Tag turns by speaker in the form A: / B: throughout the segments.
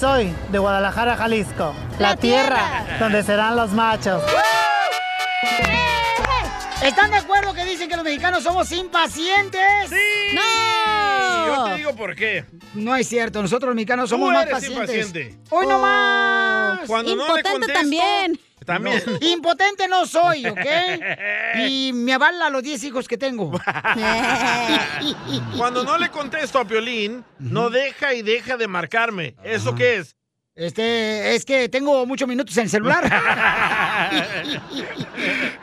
A: Soy de Guadalajara, Jalisco.
B: La tierra.
A: Donde serán los machos.
B: ¿Están de acuerdo que dicen que los mexicanos somos impacientes? ¡Sí! ¡No!
C: Yo te digo por qué.
B: No es cierto, nosotros los mexicanos
C: Tú
B: somos más
C: eres
B: pacientes.
C: impaciente. Oh,
B: Hoy no más.
C: Cuando no le Impotente contesto, también. también.
B: No, Impotente no soy, ¿ok? Y me avala los 10 hijos que tengo.
C: Cuando no le contesto a Piolín, no deja y deja de marcarme. ¿Eso qué es?
B: Este, es que tengo muchos minutos en el celular.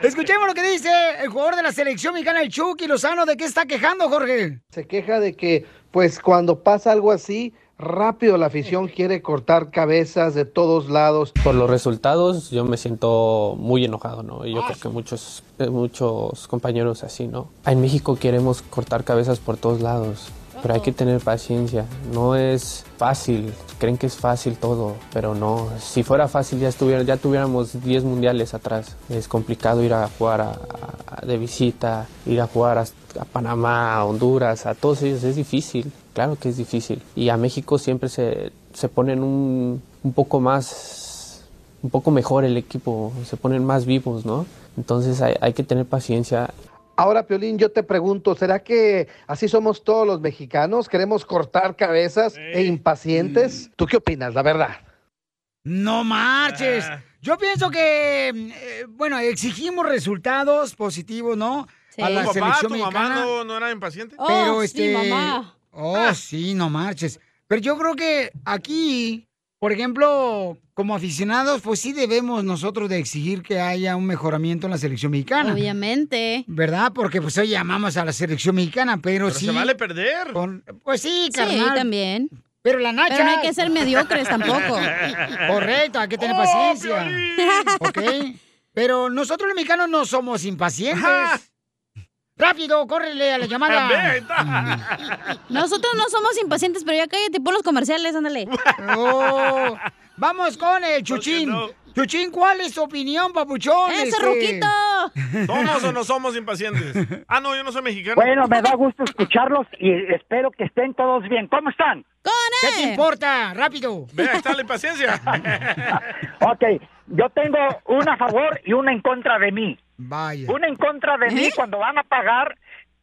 B: Escuchemos lo que dice el jugador de la selección mexicana, el Chucky Lozano, ¿de qué está quejando, Jorge?
D: Se queja de que, pues, cuando pasa algo así, rápido la afición quiere cortar cabezas de todos lados.
E: pues, Por los resultados yo me siento muy enojado, ¿no? Y yo creo que muchos, eh, muchos compañeros así, ¿no? En México queremos cortar cabezas por todos lados, pero hay que tener paciencia. No es fácil, creen que es fácil todo, pero no. Si fuera fácil ya, estuviera, ya tuviéramos 10 mundiales atrás. Es complicado ir a jugar a- a- a- de visita, ir a jugar a, a Panamá, a Honduras, a todos ellos. Es difícil, claro que es difícil. Y a México siempre se, se ponen un, un poco más un poco mejor el equipo, se ponen más vivos, ¿no? Entonces hay, hay que tener paciencia.
D: Ahora, Piolín, yo te pregunto, ¿será que así somos todos los mexicanos? ¿Queremos cortar cabezas e impacientes? ¿Tú qué opinas, la verdad?
B: No marches.
C: Ah.
B: Yo pienso que, eh, bueno, exigimos resultados positivos, ¿no? A la
C: ¿Tu papá,
B: selección
C: tu mamá
B: mexicana.
C: no, Ah. no era impaciente?
B: pero este, Oh, sí, no marches. Pero yo creo que aquí, por ejemplo, como aficionados, pues sí debemos nosotros de exigir que haya un mejoramiento en la selección mexicana.
F: Obviamente.
B: ¿Verdad? Porque pues hoy amamos a la selección mexicana, pero,
C: Pero
B: sí.
C: se vale perder.
B: con- Pues sí,
F: Sí,
B: carnal.
F: también.
B: Pero la Nacha.
F: Pero no hay que ser mediocres tampoco.
B: Ah, Correcto, hay que tener
F: ¡Oh,
B: paciencia. ok. Pero nosotros los mexicanos no somos impacientes. Rápido, córrele a la llamada.
F: Nosotros no somos impacientes, pero ya cállate, pon los comerciales, ándale.
B: Oh, vamos con el Chuchín. Chuchín, ¿cuál es tu opinión, papuchón?
F: ¡Ese
B: Este,
F: ruquito!
C: ¿Somos o no somos impacientes? Ah, no, yo no soy mexicano.
G: Bueno, me da gusto escucharlos y espero que estén todos bien. ¿Cómo están?
B: ¿Qué te importa? Rápido.
C: Vea, está la impaciencia.
G: Ok, yo tengo una a favor y una en contra de mí.
B: Vaya.
G: Una en contra de mí, cuando van a pagar,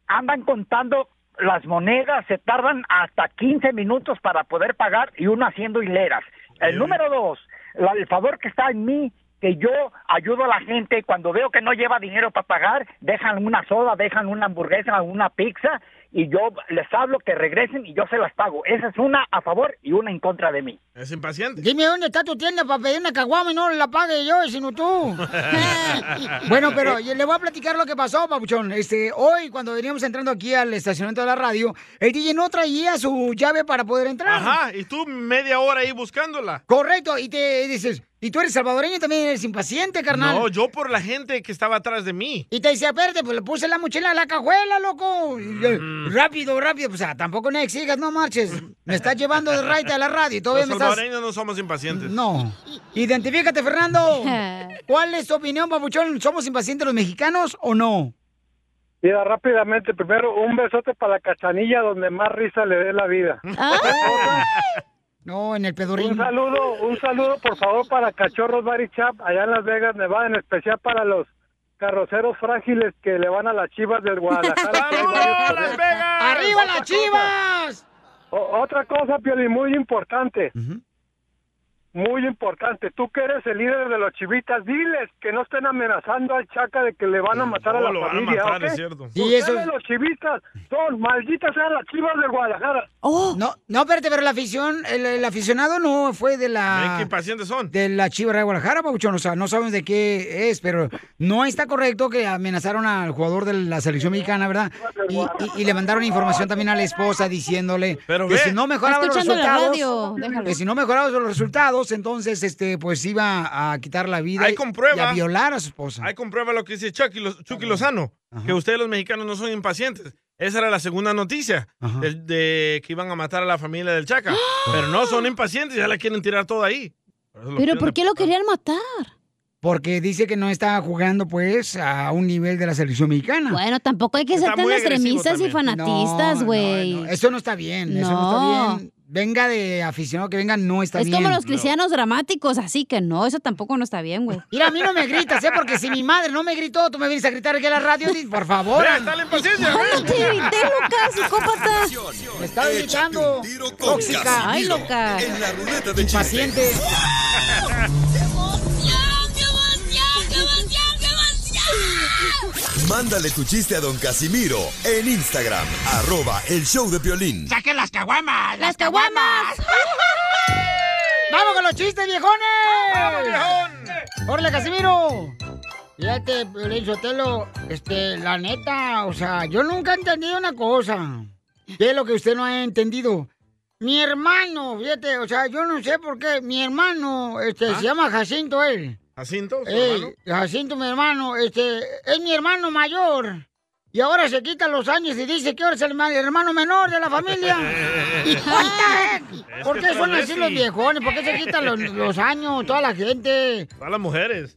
G: andan contando las monedas, se tardan hasta 15 minutos para poder pagar y uno haciendo hileras. El número dos, la- el favor que está en mí, que yo ayudo a la gente cuando veo que no lleva dinero para pagar, dejan una soda, dejan una hamburguesa, una pizza y yo les hablo que regresen y yo se las pago. Esa es una a favor y una en contra de mí.
C: Es impaciente.
B: Dime dónde está tu tienda para pedir una caguama y no la pague yo, sino tú. Mm. Bueno, pero yo le voy a platicar lo que pasó, Papuchón. Este, hoy, cuando veníamos entrando aquí al estacionamiento de la radio, el DJ no traía su llave para poder entrar.
C: Ajá, y tú media hora ahí buscándola.
B: Correcto, y te dices, y tú eres salvadoreño y también eres impaciente, carnal.
C: No, yo por la gente que estaba atrás de mí.
B: Y te dice, espérate, pues le puse la mochila a la cajuela, loco. Y yo, Rápido, rápido. O sea, tampoco no exijas, no marches. Me estás llevando de raite a la radio y todavía
C: Los
B: me estás...
C: salvadoreños no somos impacientes.
B: No. Identifícate, Fernando. ¿Cuál es tu opinión, papuchón? ¿Somos impacientes los mexicanos o no?
H: Mira, rápidamente, primero un besote para la cachanilla donde más risa le dé la vida.
B: No, en el pedurín.
H: Un saludo, un saludo por favor para Cachorros Body Shop allá en Las Vegas, Nevada, en especial para los carroceros frágiles que le van a las chivas del Guadalajara.
B: ¡Arriba las chivas!
H: O- otra cosa, Pioli, muy importante. Muy importante. Tú que eres el líder de los chivitas, diles que no estén amenazando al Chaca de que le van a matar a
C: No,
H: la
C: lo van a
H: familia,
C: matar,
H: ¿ok?
C: es cierto.
B: Sí, eso-
H: Ustedes los chivistas son malditas sean las chivas del Guadalajara.
F: Oh.
B: No, no, espérate, pero la afición, el, el aficionado no fue de
C: Ven qué
B: la...
C: impacientes son.
B: De la Chiva de Guadalajara, Pabuchón. O sea, no sabemos de qué es, pero no está correcto que amenazaron al jugador de la selección mexicana, ¿verdad? Y, y- y le mandaron información también a la esposa diciéndole
C: Pero
B: que
C: ve.
B: si no mejoraba los
F: Escuchando la
B: resultados.
F: radio, déjalo.
B: Que si no mejoraba los resultados, entonces este, pues iba a quitar la vida
C: Ahí
B: y-
C: comprueba.
B: y a violar a su esposa.
C: Ahí comprueba lo que dice Chucky, Lo- Chucky Lozano, que ustedes los mexicanos no son impacientes. Esa era la segunda noticia, del- de, que iban a matar a la familia del Chaca.
B: ¡Ah!
C: Pero no son impacientes, ya la quieren tirar toda ahí. Por eso los
F: Pero
C: quieren
F: ¿por qué lo
C: deportar.
F: querían matar?
B: Porque dice que no está jugando, pues, a un nivel de la selección mexicana.
F: Bueno, tampoco hay que ser
B: Está
F: tan
B: muy agresivo
F: extremistas y
B: también.
F: fanatistas,
B: No, no,
F: güey.
B: no, Eso no está bien, eso no está
F: No.
B: bien. venga de aficionado, que venga, no está
F: es
B: bien.
F: como los cristianos dramáticos, así que no, eso tampoco no está bien, güey.
B: Mira, a mí no me gritas, ¿eh? Porque si mi madre no me gritó, tú me vienes a gritar aquí a la radio, di- por favor.
F: Mira, está la impaciencia, güey. Yo no te grité, Lucas, psicópata.
B: Me estaba gritando. Tóxica.
F: Ay, loca.
B: En
I: la ruleta de
B: Paciente.
I: Mándale tu chiste a don Casimiro en Instagram, arroba el show de violín.
B: ¡Saquen las caguamas! ¡Las caguamas! ¡Vamos con los chistes, viejones! ¡Vamos, viejón! ¡Órale, Casimiro! Fíjate, Piolín Sotelo, este, la neta, o sea, yo nunca he entendido una cosa. ¿Qué es lo que usted no ha entendido? Mi hermano, fíjate, o sea, yo no sé por qué. Mi hermano, este, se llama Jacinto él.
C: ¿Ah? ¿Jacinto? su
B: Ey,
C: hermano?
B: Jacinto, mi hermano, este, es mi hermano mayor. Y ahora se quita los años y dice que ahora es el ma- hermano menor de la familia. ¿Y cuánta gente?
C: Es
B: ¿Por
C: que
B: qué
C: tú
B: son
C: eres
B: así
C: Messi.
B: los viejones? ¿Por qué se quitan los, los años toda la gente?
C: Todas las mujeres.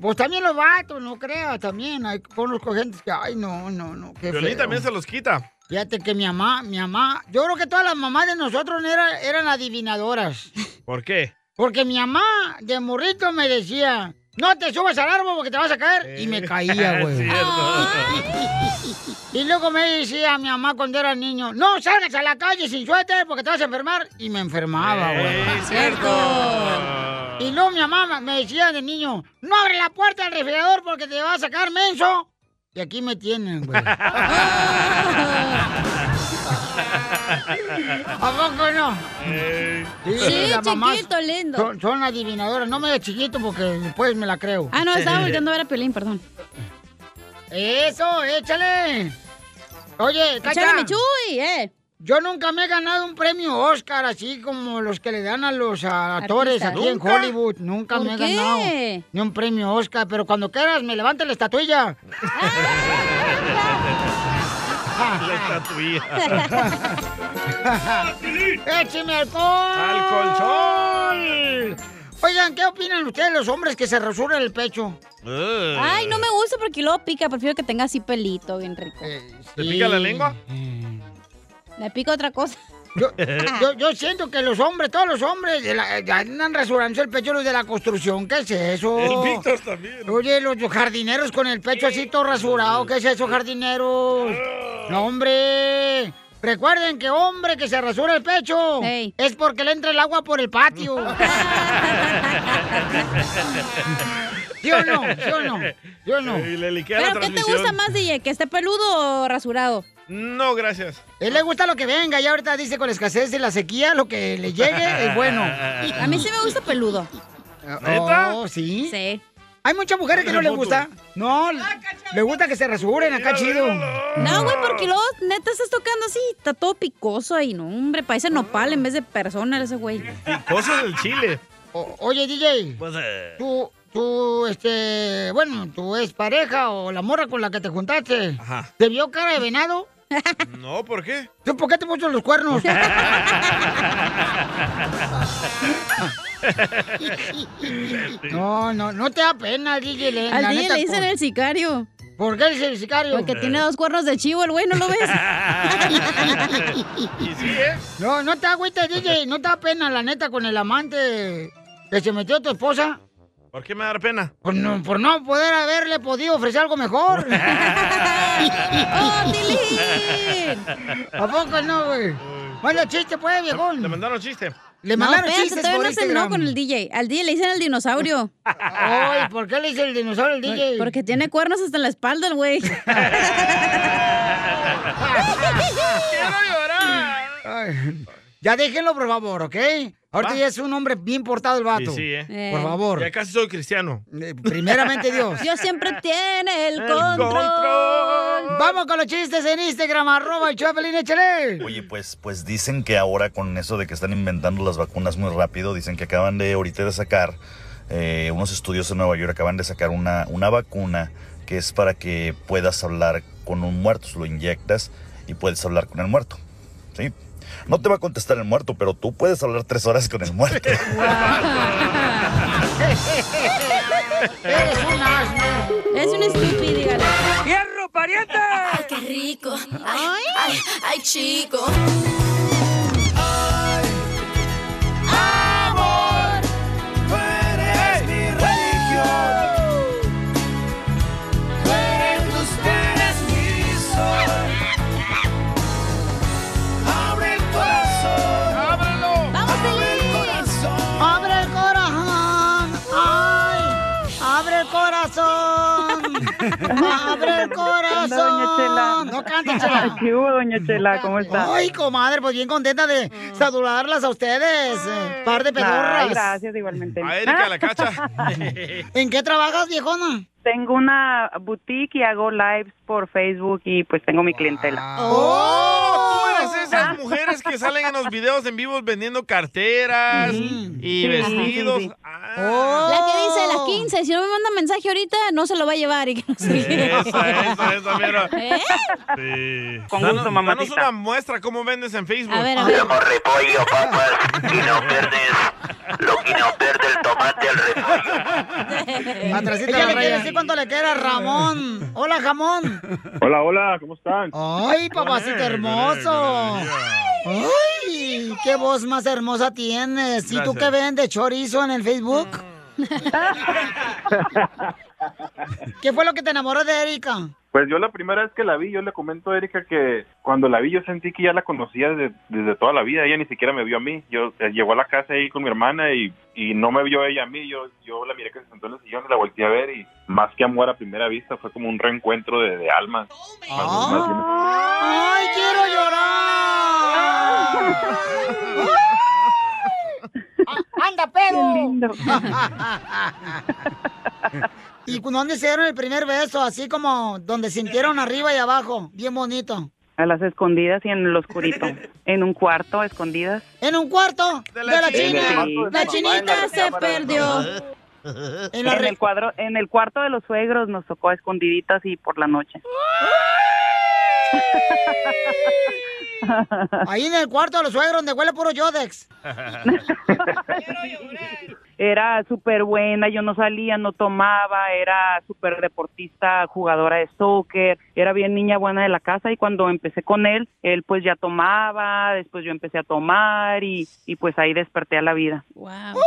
B: Pues también los vatos, no creas, también. Hay, conozco gente que, ay, no, no, no, qué
C: Violín
B: feo.
C: también se los quita.
B: Fíjate que mi mamá, mi mamá, yo creo que todas las mamás de nosotros era- eran adivinadoras.
C: ¿Por qué?
B: Porque mi mamá de morrito me decía, no te subas al árbol porque te vas a caer. Y me caía, güey. Y luego me decía mi mamá cuando era niño, no salgas a la calle sin suéter porque te vas a enfermar. Y me enfermaba, güey. Y luego mi mamá me decía de niño, no abres la puerta del refrigerador porque te va a sacar menso. Y aquí me tienen, güey. ¿A poco no?
F: Sí,
B: las mamás
F: chiquito, lindo.
B: Son, son adivinadoras. No me de chiquito porque después me la creo.
F: Ah, no, estaba volteando a ver a Piolín, perdón.
B: Eso, échale. Oye, Cacha.
F: Échale,
B: eh. Yo nunca me he ganado un premio Oscar así como los que le dan a los a- actores
F: Artistas.
B: aquí en
F: ¿Nunca?
B: Hollywood. Nunca
F: ¿Por
B: me he
F: qué?
B: ganado ni un premio Oscar, pero cuando quieras me levanta la estatuilla.
C: La estatuilla.
B: ¡Écheme alcohol! ¡Al colchón! Oigan, ¿qué opinan ustedes los hombres que se rasuran el pecho?
F: Ay, no me gusta porque luego pica. Prefiero que tenga así pelito, bien rico.
B: Eh,
C: ¿Te pica la lengua?
F: Me pica otra cosa.
C: Eh.
B: Yo, yo siento que los hombres, todos los hombres, de la- eh, andan rasurándose el pecho los de la construcción. ¿Qué es eso?
C: El Víctor también.
B: Oye, los jardineros con el pecho así todo rasurado. ¿Qué es eso, jardineros?
C: Ah.
B: No, hombre. Recuerden que hombre que se rasura el pecho es porque le entra el agua por el patio.
F: ¿Sí o no? ¿Sí o no?
B: ¿Sí o no?
C: Y le liquea la
F: ¿Pero qué te
C: transmisión.
F: gusta más, DJ? ¿Que esté peludo o rasurado?
C: No, gracias.
B: Él Eh, le gusta lo que venga y ahorita dice con la escasez de la sequía lo que le llegue es bueno.
F: A mí sí me gusta peludo.
C: ¿Neta?
B: Oh, ¿sí?
F: Sí.
B: Hay muchas mujeres que no les gusta. No, le gusta que se rasuren acá chido.
F: No, güey, porque luego neta estás tocando así, está todo picoso ahí, no, hombre, parece nopal en vez de persona ese güey.
C: Cosas del Chile. Pues, eh,
B: Oye, DJ, tú, tú, este, bueno, tu expareja o la morra con la que te juntaste, ¿te vio cara de venado?
C: No, ¿por qué?
B: ¿Tú por qué te puso los cuernos? No, no, no te da pena, DJ. le-
F: Al
B: la
F: DJ
B: neta,
F: le dicen
B: por-
F: el sicario.
B: ¿Por qué dice el sicario?
F: Porque
C: Eh.
F: tiene dos cuernos de chivo el güey, ¿no lo ves?
B: No, no te agüites, DJ. No te da pena, la neta, con el amante que se metió tu esposa.
C: ¿Por qué me da pena?
B: Por no, por no poder haberle podido ofrecer algo mejor. ¡Oh, ¿A poco no, güey? Vaya chiste, pues, viejón. Le
C: mandaron chiste.
B: Le mandaron
F: espérate,
B: chistes
F: todavía
B: por
F: no se
B: Instagram.
F: no con el DJ. Al DJ le dicen el dinosaurio.
B: Ay, ¿por qué le dice el dinosaurio al DJ?
F: Porque tiene cuernos hasta en la espalda el güey.
B: Ay, Ya déjenlo, por favor, ¿ok? Ahorita
C: Va.
B: ya es un hombre bien portado el vato.
C: Sí, sí, ¿eh?
B: Por favor. Eh,
C: Ya casi soy cristiano.
B: Primeramente Dios.
F: Dios siempre tiene el,
C: El
F: control.
B: Vamos con los chistes en Instagram, arroba el Chapelín, échale.
J: Oye, pues, pues dicen que ahora con eso de que están inventando las vacunas muy rápido, dicen que acaban de ahorita de sacar eh, unos estudios en Nueva York, acaban de sacar una, una vacuna que es para que puedas hablar con un muerto, lo inyectas y puedes hablar con el muerto. ¿sí? No te va a contestar el muerto, pero tú puedes hablar tres horas con el muerto.
B: Eres un asno.
F: Es un estúpido, dígale.
B: ¡Fierro, pariente!
K: Ay, qué rico. Ay, ay, ay, chico.
B: corazón.
K: Ah,
B: Abre el corazón.
K: Doña Chela.
B: No canta, Chela.
K: ¿Qué hubo, doña Chela? ¿Cómo está?
B: Ay, comadre, pues bien contenta de saludarlas a ustedes. eh, Par de pedorras.
K: Ay, gracias, igualmente. Ah,
B: A Erika la cacha. ¿En qué trabajas, viejona?
K: Tengo una boutique y hago lives por Facebook y pues tengo mi clientela.
C: ¡Oh! Tú eres esas mujeres que salen en los videos en vivos vendiendo carteras y
F: Sí,
C: vestidos.
F: sí, sí.
C: Ah,
F: La que dice
B: Oh.
F: las 15, si no me manda mensaje ahorita, no se lo va a llevar. Y que no sé qué.
C: Esa, esa, esa, mira.
F: ¿Eh?
C: Sí.
K: Con
C: Danos-
K: gusto,
C: danos
K: mamacita.
C: una muestra cómo vendes en Facebook.
F: A ver, a ver. Hacemos
C: repollo, papas, y no pierdes
B: Atrasita
L: Ella
B: la
L: le
B: raya.
L: quiere
B: decir cuánto le queda Ramón. Hola, jamón.
L: Hola, hola, ¿cómo están?
B: Ay, papacito hermoso. Ay, qué voz más hermosa tienes. ¿Y tú
L: Gracias.
B: qué vendes? ¿Chorizo en el Facebook? ¿Qué fue lo que te enamoró de Erika?
L: Pues yo la primera vez que la vi, yo le comento a Erika que cuando la vi yo sentí que ya la conocía desde, desde toda la vida, ella ni siquiera me vio a mí. Yo eh, llegó a la casa ahí con mi hermana y, y no me vio ella a mí, yo, yo la miré que se sentó en el sillón, la volteé a ver y más que amor a primera vista fue como un reencuentro de, de almas. Más- más bien-
B: ¡Ay, quiero llorar! Ah, ¡Anda, pedo! ¿Y cu- dónde se dieron el primer beso? Así como donde sintieron arriba y abajo. Bien bonito.
K: A las escondidas y en el oscurito. En un cuarto, escondidas.
B: En un cuarto de la,
K: Sí,
B: china.
K: sí.
B: La chinita se perdió. En
K: En,
B: la re-
K: el cuadro, en el cuarto de los suegros nos tocó a escondiditas y por la noche.
B: Ahí en el cuarto de los suegros donde huele puro Yodex.
K: Era súper buena, yo no salía, no tomaba, era súper deportista, jugadora de soccer, era bien niña buena de la casa y cuando empecé con él, él pues ya tomaba, después yo empecé a tomar y, y pues ahí desperté a la vida.
C: Oh,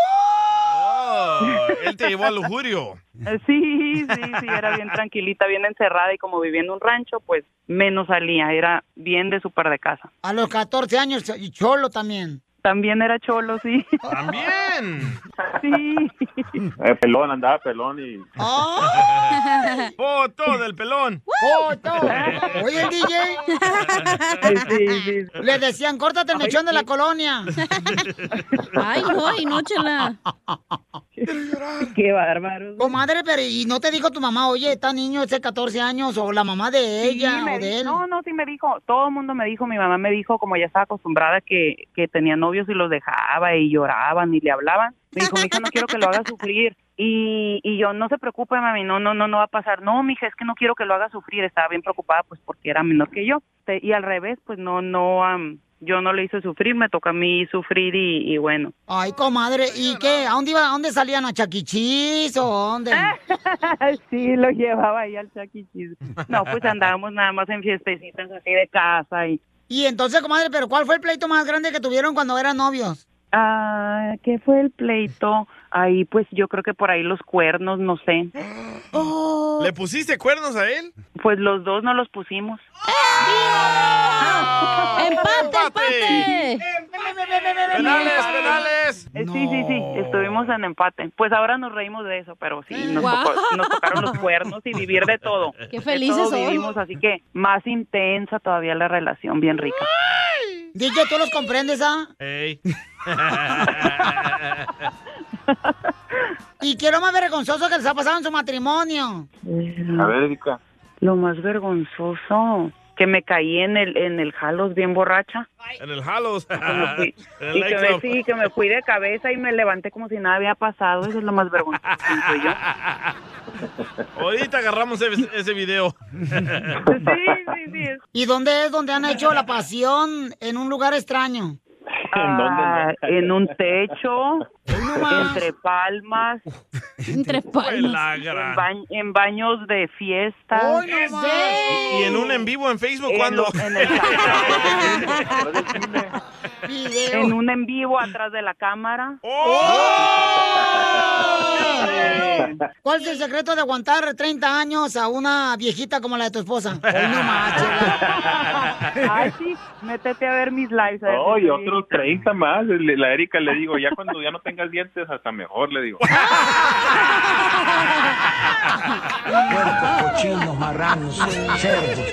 C: él te llevó al lujurio.
K: Eh, Sí, sí, sí, era bien tranquilita, bien encerrada y como vivía en un rancho, pues menos salía, era bien de súper de casa.
B: A los 14 años y cholo también.
K: También era cholo, sí.
C: También.
K: Sí.
L: Eh, pelón, andaba pelón y...
C: Foto del pelón.
B: ¡Foto! Oye, el DJ. Le decían, córtate el mechón de la colonia.
F: Ay, no, y no, chela.
K: Qué bárbaro.
B: Comadre, pero ¿y no te dijo tu mamá, oye, está niño ese 14 años o la mamá de
K: Sí,
B: ella
K: me
B: o de
K: di-
B: él?
K: No, no, sí me dijo, todo el mundo me dijo, mi mamá me dijo, como ya estaba acostumbrada que, que tenía novios y los dejaba y lloraban y le hablaban. Me dijo, mija, no quiero que lo haga sufrir. Y, y yo, no se preocupe, mami, no, no, no, no va a pasar. No, mija, es que no quiero que lo haga sufrir. Estaba bien preocupada, pues, porque era menor que yo. Te- Y al revés, pues, no, no, am, yo no le hice sufrir, me toca a mí sufrir y, y bueno.
B: Ay, comadre, ¿y qué? ¿A dónde iba? ¿A dónde salían? ¿A Chaquichis o dónde?
K: sí, lo llevaba ahí al chaquichis. No, pues andábamos nada más en fiestecitas así de casa y...
B: Y entonces, comadre, ¿pero cuál fue el pleito más grande que tuvieron cuando eran novios?
K: Ah, ¿qué fue el pleito? Ahí, pues yo creo que por ahí los cuernos, no sé.
F: Oh.
C: ¿Le pusiste cuernos a él?
K: Pues los dos no los pusimos.
F: Ah, Oh. ¡Empate, empate!
C: ¡Penales, penales!
K: Eh, Sí, sí, sí, estuvimos en empate. Pues ahora nos reímos de eso, pero sí, nos, tocó- nos tocaron los cuernos y vivir de todo.
F: Qué
K: De
F: felices
K: todo
F: son.
K: vivimos, así que más intensa todavía la relación, bien rica.
B: DJ, ¿tú los comprendes, ah?
C: Ey.
B: Y quiero más vergonzoso que les ha pasado en su matrimonio.
L: A ver, Erika.
K: Lo más vergonzoso, que me caí en el, en el jalos bien borracha.
C: En el Halos.
K: Y
C: En el
K: que, me,
C: nightclub.
K: sí, que me fui de cabeza y me levanté como si nada había pasado. Eso es lo más vergonzoso. siento yo.
C: Ahorita agarramos ese, ese video.
K: sí, sí.
B: ¿Y dónde es donde han hecho la pasión en un lugar extraño?
K: Ah, en un techo, entre palmas,
F: entre
C: palmas.
K: en, ba- en baños de fiesta.
C: Y en un en vivo en Facebook,
K: En
C: ¿cuándo?
K: lo- en
C: ¡Oh!
K: En un en vivo atrás de la cámara.
B: ¿Cuál es el secreto de aguantar 30 años a una viejita como la de tu esposa? Hoy no más,
K: Ay, sí, métete a ver mis lives. a ver
L: No,
K: si
L: y
K: sí.
L: otros 30 más. Le- La Erika le digo, ya cuando ya no tengas dientes, hasta mejor, le digo.
I: Cochinos, marranos, cerdos.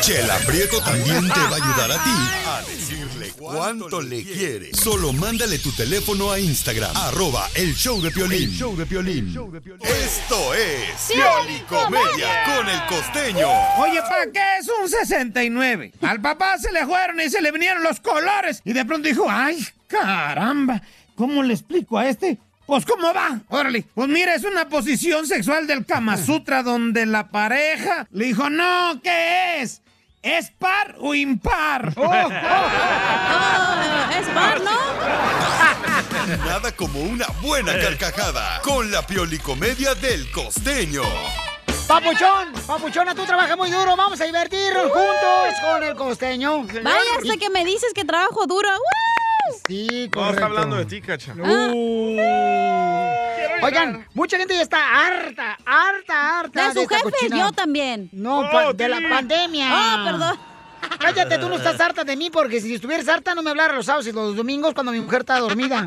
I: Chela Prieto también te va a ayudar a ti a decirle cuánto le quiere. Solo mándale tu teléfono a Instagram, arroba el show de Piolín.
A: El
I: show de Esto es
A: Sí.
I: Piolicomedia con el costeño.
A: Oye, ¿para qué es un 69? Al papá se le fueron y se le vinieron los colores. Y de pronto dijo, ay, caramba, ¿cómo le explico a este? Pues, ¿cómo va? Órale. Pues mira, es una posición sexual del Kama Sutra donde la pareja le dijo, no, ¿qué es? ¿Es par o impar?
C: Oh.
F: Oh, es par, ¿no?
I: Nada como una buena carcajada con la Piolicomedia del costeño.
B: Papuchón, papuchona, tú trabajas muy duro, vamos a divertirnos juntos con el costeño.
F: Vaya, hasta que me dices que trabajo duro. ¡Woo!
B: Sí,
C: No, está hablando de ti, cacha.
K: Ah.
C: Uh.
B: Oigan, mucha gente ya está harta, harta, harta.
F: De su
B: esta
F: jefe,
B: cochina-
F: yo también.
B: No, pa- de la pandemia.
F: Ah, perdón.
B: Cállate, tú no estás harta de mí, porque si estuvieras harta no me hablaras los sábados y los domingos cuando mi mujer está dormida.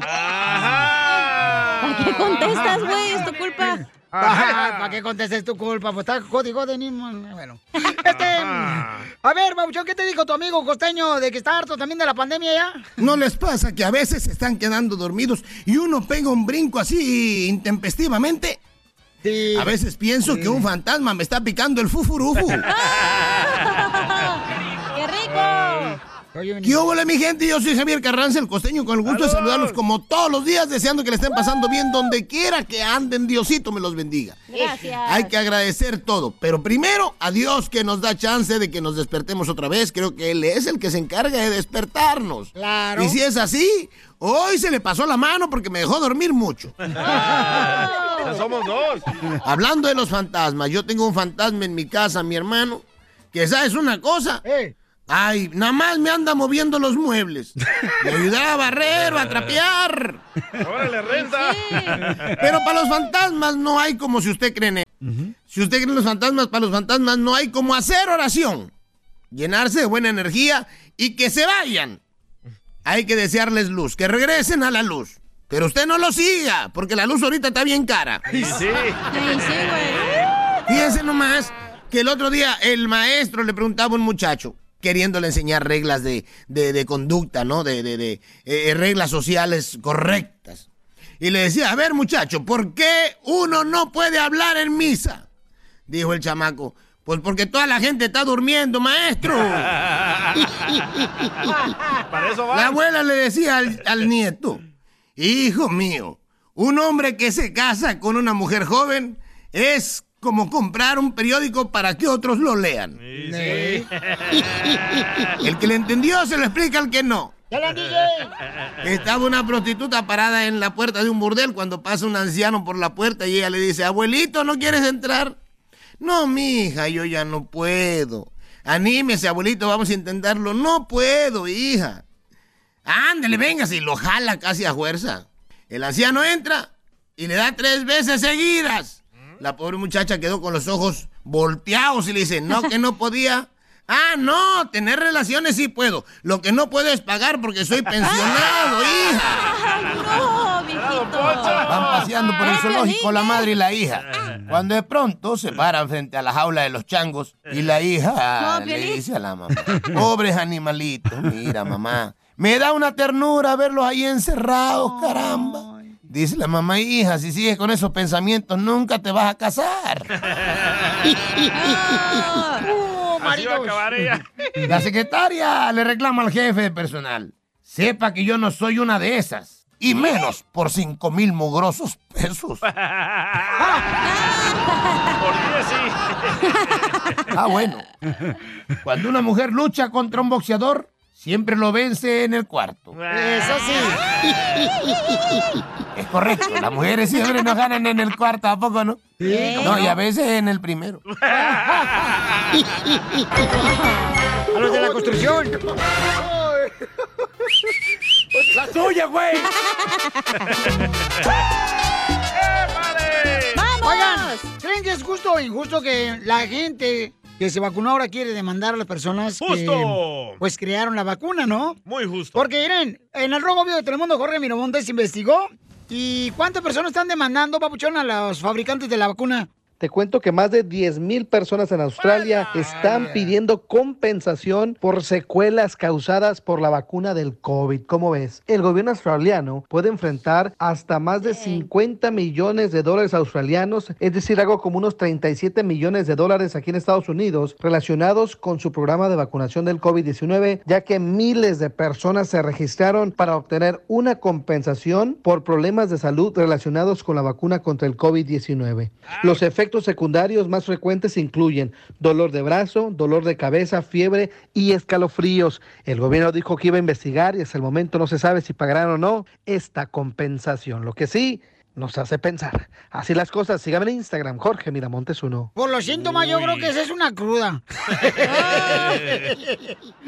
F: ¿Para qué contestas, güey? Es tu culpa.
B: ¿Para qué contestes tu culpa? Pues está jodido de mismo. Bueno. Este, a ver, Babuchón, ¿qué te dijo tu amigo costeño de que está harto también de la pandemia ya?
M: ¿No les pasa que a veces se están quedando dormidos y uno pega un brinco así intempestivamente?
B: Sí.
M: A veces pienso que un fantasma me está picando el fufurufu.
F: ¡Qué rico!
M: ¿Qué hubo, mi gente? Yo soy Javier Carranza, el costeño, con el gusto de saludarlos como todos los días, deseando que le estén pasando bien donde quiera que anden. Diosito me los bendiga.
F: Gracias.
M: Hay que agradecer todo, pero primero a Dios que nos da chance de que nos despertemos otra vez. Creo que Él es el que se encarga de despertarnos.
B: Claro.
M: Y si es así, hoy se le pasó la mano porque me dejó dormir mucho.
C: Ya somos dos.
M: Hablando de los fantasmas, yo tengo un fantasma en mi casa, mi hermano, que sabes una cosa. Ay, nada más me anda moviendo los muebles. Me ayudaba a barrer o a trapear.
C: Ahora le renta.
M: Pero para los fantasmas no hay como si usted cree en él. Si usted cree en los fantasmas, para los fantasmas no hay como hacer oración. Llenarse de buena energía y que se vayan. Hay que desearles luz, que regresen a la luz. Pero usted no lo siga, porque la luz ahorita está bien cara.
C: sí.
M: Fíjense nomás que el otro día el maestro le preguntaba a un muchacho, queriéndole enseñar reglas de, de- de conducta, ¿no? De, de- de, eh, reglas sociales correctas. Y le decía, a ver muchacho, ¿por qué uno no puede hablar en misa? Dijo el chamaco, pues porque toda la gente está durmiendo, maestro.
C: Para eso
M: La
C: va.
M: abuela le decía al, al nieto, hijo mío, un hombre que se casa con una mujer joven es como comprar un periódico para que otros lo lean. El que le entendió se lo explica al que no. Estaba una prostituta parada en la puerta de un burdel cuando pasa un anciano por la puerta y ella le dice, abuelito, ¿no quieres entrar? No, mija, yo ya no puedo. Anímese, abuelito, vamos a intentarlo. No puedo, hija. Ándale, venga, y lo jala casi a fuerza. El anciano entra y le da tres veces seguidas. La pobre muchacha quedó con los ojos volteados y le dice, no, que no podía. Ah, no, tener relaciones sí puedo. Lo que no puedo es pagar porque soy pensionado, hija.
F: No, viejito.
M: Van paseando por el zoológico la madre y la hija. Cuando de pronto se paran frente a la jaula de los changos y la hija
F: No,
M: le
F: Piolín.
M: dice a la mamá, pobres animalitos, mira mamá, me da una ternura verlos ahí encerrados, caramba. Dice la mamá, hija, si sigues con esos pensamientos nunca te vas a casar.
B: Oh,
C: Así va a acabar ella.
M: La secretaria le reclama al jefe de personal. Sepa que yo no soy una de esas. Y menos por cinco mil mugrosos pesos. Ah,
C: Por diez, sí.
M: Ah, bueno. Cuando una mujer lucha contra un boxeador, siempre lo vence en el cuarto.
B: Eso sí.
M: Es correcto. Las mujeres siempre nos ganan en el cuarto, ¿a poco no?
B: Sí.
M: No, y a veces en el primero.
B: A los de la construcción.
M: ¡La tuya, güey!
C: ¡Eh, vale!
B: justo o injusto que la gente que se vacunó ahora quiere demandar a las personas
C: ¡Justo!
B: que pues crearon la vacuna, ¿no?
C: Muy justo.
B: Porque miren, en el robo vivo de Telemundo Jorge Miramontes investigó y cuántas personas están demandando, papuchón, a los fabricantes de la vacuna.
D: Te cuento que más de 10.000 personas en Australia están pidiendo compensación por secuelas causadas por la vacuna del COVID. Como ves? El gobierno australiano puede enfrentar hasta más de 50 millones de dólares australianos, es decir, algo como unos 37 millones de dólares aquí en Estados Unidos relacionados con su programa de vacunación del COVID-19, ya que miles de personas se registraron para obtener una compensación por problemas de salud relacionados con la vacuna contra el COVID-19. Los efectos secundarios más frecuentes incluyen dolor de brazo, dolor de cabeza, fiebre y escalofríos. El gobierno dijo que iba a investigar y hasta el momento no se sabe si pagarán o no esta compensación. Lo que sí nos hace pensar. Así las cosas. Síganme en Instagram, Jorge Miramontes 1.
B: Por los síntomas yo
D: Uy.
B: creo que esa es una cruda.
C: Eh.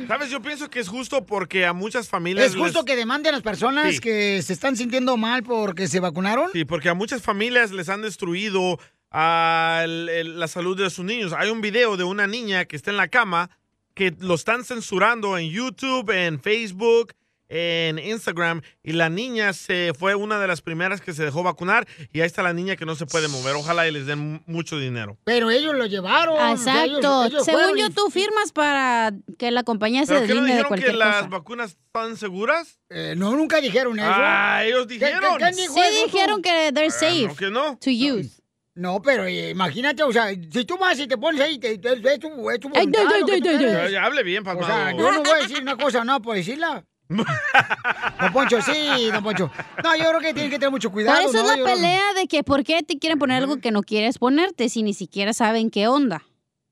C: ¿Sabes? Yo pienso que es justo porque a muchas familias.
B: ¿Es justo que demanden a las personas
C: Sí.
B: que se están sintiendo mal porque se vacunaron?
C: Sí, porque a muchas familias les han destruido ah, el- el- la salud de sus niños. Hay un video de una niña que está en la cama que lo están censurando en YouTube, en Facebook, en Instagram. Y la niña se fue una de las primeras que se dejó vacunar. Y ahí está la niña que no se puede mover. Ojalá y les den mu- mucho dinero.
B: Pero ellos lo llevaron. o sea,
F: Ah, Exacto.
B: ellos- ellos
F: Según
B: fueron y-
F: yo, tú firmas para que la compañía se
C: ¿Pero qué no
F: deslinde de
C: dijeron que
F: cualquier
C: las
F: cosa.
C: vacunas están seguras?
B: Eh, no, nunca dijeron eso.
C: Ah, ellos
B: ¿Qué- qué-
C: dijeron. Ah,
B: qué dijo
F: Sí
B: eso tú?
F: dijeron que they're safe to use.
B: No, pero eh, imagínate, o sea, si tú vas y te pones ahí, te, te- es tu, es tu
F: Ay,
B: voluntad,
F: ay, ay,
B: lo que
F: ay,
B: tú
F: ay,
B: quieras.
C: Ya- ya hable bien, papá.
B: O sea, yo no voy a decir una cosa, no, por decirla. Don Poncho, sí, don Poncho. No, yo creo que tienen que tener mucho cuidado.
F: Por eso
B: ¿no?
F: es la
B: Yo-
F: pelea de que por qué te quieren poner algo que no quieres ponerte si ni siquiera saben qué onda.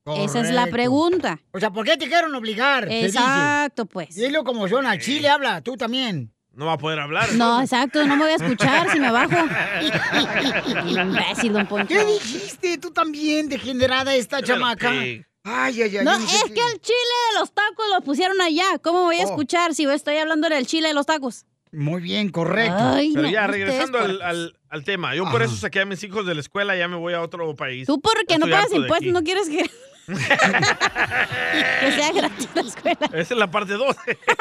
F: Esa es la
B: Correcto.
F: pregunta.
B: O sea, ¿por qué te quieren obligar? Se dice.
F: Exacto, pues.
B: Dilo como son, al chile habla, tú también.
C: No va a poder hablar.
F: No, exacto, no me voy a escuchar si me bajo. Imbécil, don Poncho.
B: ¿Qué dijiste? Tú también, degenerada esta chamaca.
F: pig.
B: Ay, ay, ay.
F: No,
B: yo sé Oh.
F: es que el chile de los tacos lo pusieron allá. ¿Cómo voy a escuchar si estoy hablando del chile de los tacos?
B: Muy bien, correcto.
C: Pero ya, regresando al, al- al tema. Yo por eso saqué a mis hijos de la escuela y ya me voy a otro país.
F: Tú porque
C: Ya
F: no
C: estoy
F: pagas
C: harto de
F: impuestos,
C: aquí.
F: no quieres que... que sea gratis la escuela.
C: Esa es la parte 2.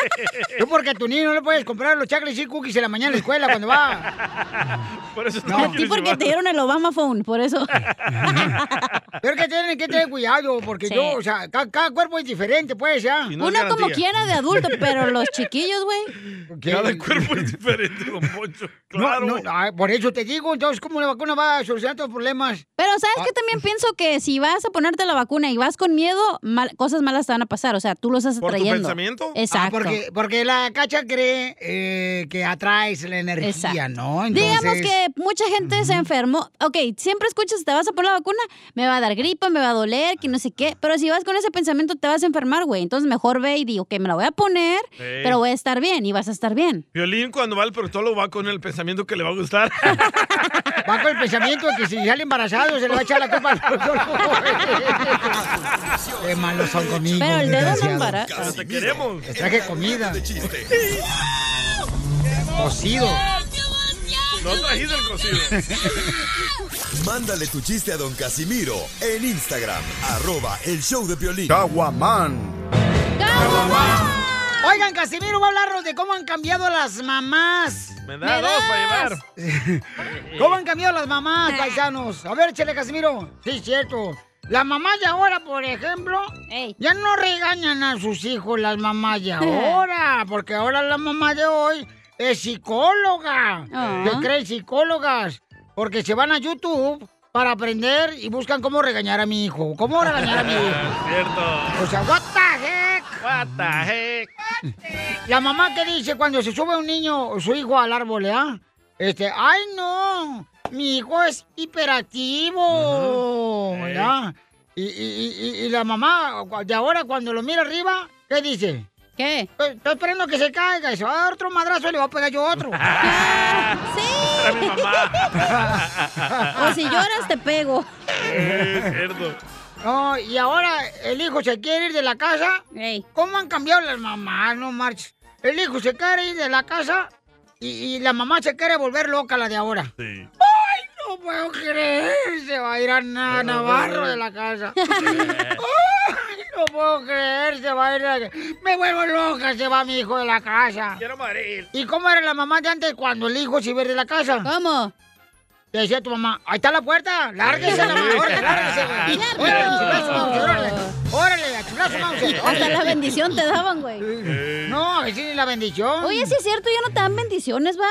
B: Tú porque a tu niño no le puedes comprar los chocolates y cookies en la mañana en la escuela cuando va.
C: Por eso
F: a ti porque te dieron el Obama Phone, por eso.
B: Pero que tienen que tener cuidado, porque
F: Sí.
B: yo, o sea, ca- cada, cuerpo es diferente, pues, ya.
F: Uno como quiera de adulto, pero los chiquillos, güey.
C: Cada cuerpo es diferente, don Poncho. Claro.
B: No, no, ay, por eso te digo, entonces, ¿cómo la vacuna va a solucionar tus problemas? Ah.
F: Pero sabes que también pienso que si vas a ponerte la vacuna y vas con miedo, mal- cosas malas te van a pasar. O sea, tú los estás
B: ¿Por tu
F: atrayendo.
B: pensamiento? Ah,
F: Exacto.
B: porque- porque la cacha cree eh, que atraes la energía, ¿no?
F: Digamos que mucha gente se enfermó. Ok, siempre escuchas, te vas a poner la vacuna, me va a dar gripa, me va a doler, que no sé qué. Pero si vas con ese pensamiento, te vas a enfermar, güey. Entonces mejor ve y digo que me la voy a poner,
C: Ey.
F: pero voy a estar bien y vas a estar bien.
C: Violín cuando va al proctólogo va con el pensamiento que le va a gustar.
B: Va con el pensamiento de que si sale embarazado se le va a echar la culpa al doctor. Qué malos son conmigo.
F: Pero el dedo no
B: desgraciados.
F: embaraza. Pero
C: te queremos.
B: Les traje comida. Cocido.
C: No trajiste el cocido.
I: Mándale tu chiste a don Casimiro en Instagram, arroba el show de violín. Caguaman.
B: Oigan, Casimiro va a hablarnos de cómo han cambiado las mamás.
C: Me da dos para llevar.
B: ¿Cómo han cambiado las mamás, paisanos? A ver, chele, Casimiro. Sí, cierto. Las mamás de ahora, por ejemplo, ya no regañan a sus hijos las mamás de ahora, porque ahora la mamá de hoy es psicóloga.
F: Ah.
B: Se creen psicólogas, porque se van a YouTube para aprender y buscan cómo regañar a mi hijo. ¿Cómo regañar a mi hijo?
C: Cierto.
B: O sea, what the heck?
C: What the heck?
B: La mamá que dice cuando se sube un niño o su hijo al árbol, ¿ah? Este, ay no, mi hijo es hiperactivo, ¿verdad? Y, y- y- y la mamá de ahora cuando lo mira arriba, ¿qué dice? "Eh,
F: ¿Qué?
B: Estoy esperando que se caiga y se va a dar otro madrazo y le va a pegar yo otro.
C: Era mi mamá.
F: O si lloras, te pego.
C: Eh, cierto.
B: No, Oh, y ahora el hijo se quiere ir de la casa. ¿Cómo han cambiado las mamás? No marches. El hijo se quiere ir de la casa y, y la mamá se quiere volver loca la de ahora.
C: Sí.
B: ¡Ay, no, puedo creer, se va a ir a Na- Navarro de la casa. Ay, no puedo creer, se va a ir. a- Me vuelvo loca, se va mi hijo de la casa.
C: Quiero morir.
B: ¿Y cómo era la mamá de antes cuando el hijo se iba a ir de la casa?
F: ¿Cómo?
B: Le decía a tu mamá, ahí está la puerta, lárguese a la mamá, órale, lárguese, güey.
F: Claro.
B: Órale, chulazo, vamos, órale. Órale, a chulazo, vamos,
F: Hasta la bendición te daban, güey.
B: No, a veces ni la bendición.
F: Oye, sí es cierto, ya no te dan bendiciones, ¿va?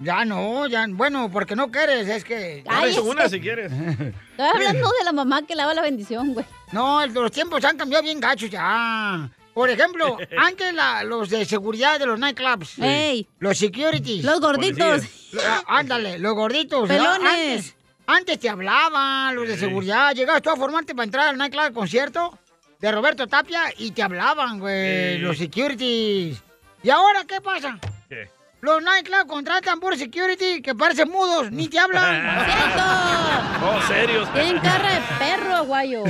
B: Ya no, ya, bueno, porque no quieres, es que...
F: Ay, Dale tú es una que- si
C: quieres.
F: Estoy hablando de la mamá que lava la bendición, güey.
B: No, el- los tiempos han cambiado bien gachos ya. Por ejemplo, antes la- los de seguridad de los nightclubs.
F: Ey.
B: Los security.
F: Los gorditos.
B: Lo- ah, Ándale, los gorditos. ¿no?
F: Pelones.
B: Antes, antes te hablaban los de
F: Sí.
B: seguridad. Llegabas tú a formarte para entrar al nightclub concierto de Roberto Tapia y te hablaban, güey,
C: Sí.
B: los securities. ¿Y ahora qué pasa?
C: ¿Qué?
B: Los nightclubs contratan por security que parecen mudos, ni te hablan.
C: Oh, serios.
F: Tienen cara de perro, guayo.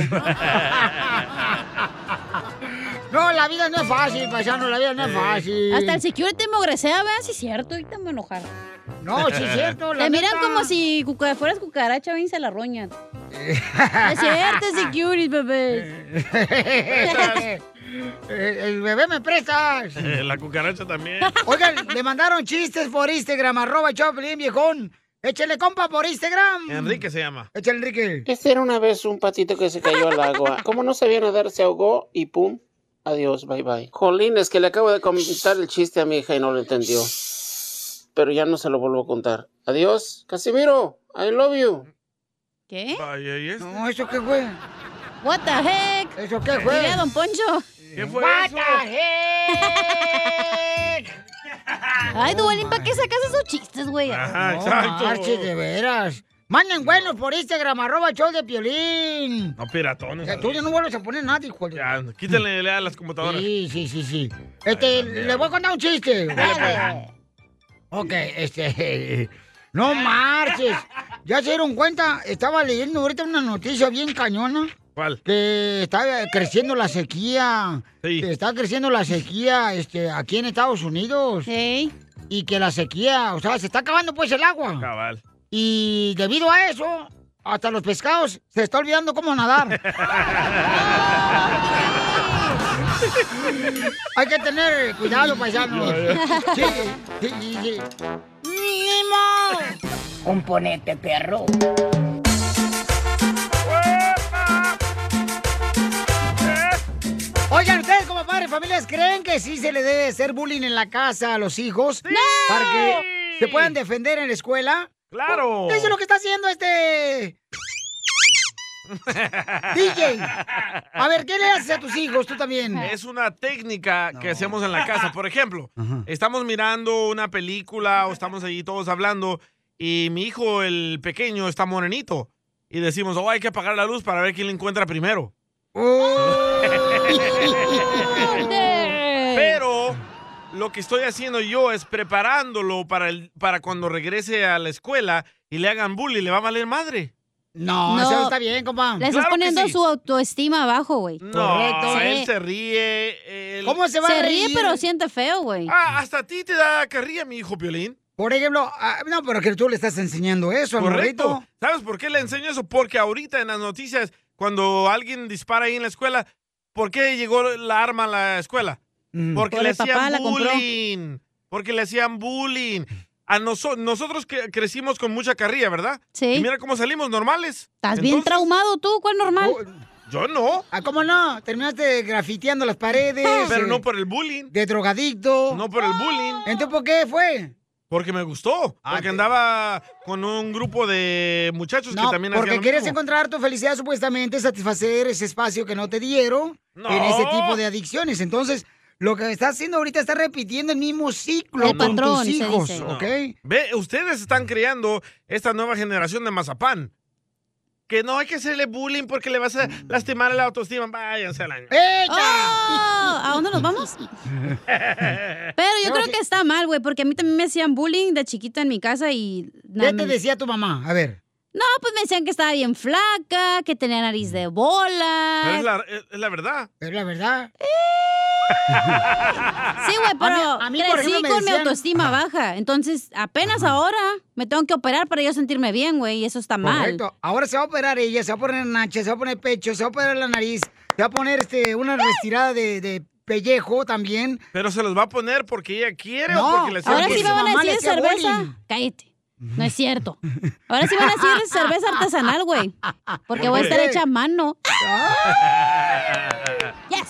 B: No, la vida no es fácil, paisano, la vida no es fácil.
F: Hasta el security me ogresea, vean si es cierto, ahorita me voy a enojar.
B: No, sí es cierto, la
F: Te miran
B: neta.
F: como si cuca- fueras cucaracha, ven y se la roñan.
B: Eh.
F: es cierto, security, bebé.
B: Eh, el bebé me prestas.
C: Eh, La cucaracha también.
B: Oigan, le mandaron chistes por Instagram, arroba el Choplin, viejón. Échale compa por Instagram.
C: Enrique se llama.
B: Échale, Enrique.
N: Este era una vez un patito que se cayó al agua. Como no sabía nadar, se ahogó y pum. Adiós, bye bye. Jolín, es que le acabo de contar el chiste a mi hija y no lo entendió. Pero ya no se lo vuelvo a contar. Adiós, Casimiro. I love you.
F: ¿Qué?
C: este.
B: No, ¿eso qué fue?
F: What the heck?
B: ¿Eso qué
N: fue?
F: Diría Don Poncho.
C: ¿Qué
N: fue eso?
B: eh.
F: Ay, Duvalín, ¿para qué sacas esos chistes, güey?
B: No marches, de veras. Manden buenos por Instagram, arroba el show de Piolín.
C: No, piratones.
B: Ya, Tú ya no vuelves a poner nada, hijo de-
C: Ya, quítenle a las computadoras.
B: Sí, sí, sí, sí. Este, le voy a contar un chiste. Ok, este. No marches. Ya se dieron cuenta, estaba leyendo ahorita una noticia bien cañona.
C: ¿Cuál?
B: Que está creciendo la sequía. Que Está creciendo la sequía este, aquí en Estados Unidos. Y que la sequía, o sea, se está acabando pues el agua.
C: Cabal.
B: Y debido a eso, hasta los pescados se está olvidando cómo nadar. Hay que tener cuidado, paisano. Sí, sí, sí, sí. ¡Nimo! Componente, perro. Oigan, ¿ustedes como padres de familias creen que sí se le debe hacer bullying en la casa a los hijos? Para que se puedan defender en la escuela.
C: ¡Claro!
B: Eso es lo que está haciendo este... DJ. A ver, ¿qué le haces a tus hijos tú también?
C: Es una técnica que hacemos en la casa. Por ejemplo, estamos mirando una película o estamos allí todos hablando y mi hijo, el pequeño, está morenito. Y decimos, oh, hay que apagar la luz para ver quién le encuentra primero. Pero lo que estoy haciendo yo es preparándolo para, el, para cuando regrese a la escuela y le hagan bullying, le va a valer madre.
B: No, eso está bien, compa.
F: Le estás
C: Claro que
F: poniendo
C: sí.
F: su autoestima abajo, güey.
C: No, él
B: ¿eh?
F: Sí.
C: se ríe. él-
F: Se ríe, pero siente feo, güey.
C: Ah, hasta a ti te da carrilla, mi hijo Piolín.
B: Por ejemplo, ah, no, pero que tú le estás enseñando eso al morrito.
C: Correcto. ¿Sabes por qué le enseño eso? Porque ahorita en las noticias, cuando alguien dispara ahí en la escuela, ¿por qué llegó la arma a la escuela?
B: Mm.
C: Porque
F: Por
C: le
F: el papá
C: hacían
F: la compró.
C: bullying. Porque le hacían bullying. A noso- nosotros que crecimos con mucha carrilla, ¿verdad?
F: Sí.
C: Y mira cómo salimos normales.
F: Estás bien traumado tú, ¿cuál normal?
C: Yo no.
B: Ah, ¿cómo no? Terminaste grafiteando las paredes.
C: Pero
B: eh,
C: no por el bullying.
B: De drogadicto. Ah.
C: No por el bullying.
B: ¿Entonces por qué fue?
C: Porque me gustó. Oh, porque andaba con un grupo de muchachos que
B: No,
C: también
B: porque
C: hacían lo
B: quieres
C: mismo.
B: encontrar tu felicidad supuestamente, satisfacer ese espacio que no te dieron en ese tipo de adicciones. Entonces, lo que estás haciendo ahorita está repitiendo el mismo ciclo con tus hijos,
C: No.
B: ¿ok?
C: Ve, ustedes están creando esta nueva generación de mazapán. Que no hay que hacerle bullying porque le vas a lastimar la autoestima. Váyanse al año.
F: Oh, ¿A dónde nos vamos? Pero yo creo que está mal, güey, porque a mí también me hacían bullying de chiquita en mi casa y...
B: ¿Qué te decía tu mamá? A ver.
F: No, pues me decían que estaba bien flaca, que tenía nariz de bola.
C: Pero es la, es- es la verdad.
B: Es la verdad.
F: Sí, güey, pero
B: A mí- a mí, por
F: crecí
B: ejemplo, me
F: con mi
B: decían-
F: autoestima baja. Entonces, apenas ahora me tengo que operar para yo sentirme bien, güey, y eso está mal.
B: Correcto. Ahora se va a operar ella, se va a poner nacha, se va a poner pecho, se va a operar la nariz, se va a poner este, una retirada de, de pellejo también.
C: Pero se los va a poner porque ella quiere o
B: No,
C: porque le hacen
F: Ahora sí
C: bullying?
F: me van a
B: mamá le
F: decir
B: hacía
F: cerveza.
B: bullying.
F: Cállate. No es cierto. Ahora sí van a decir cerveza artesanal, güey. Porque voy a estar hecha a mano. Yes.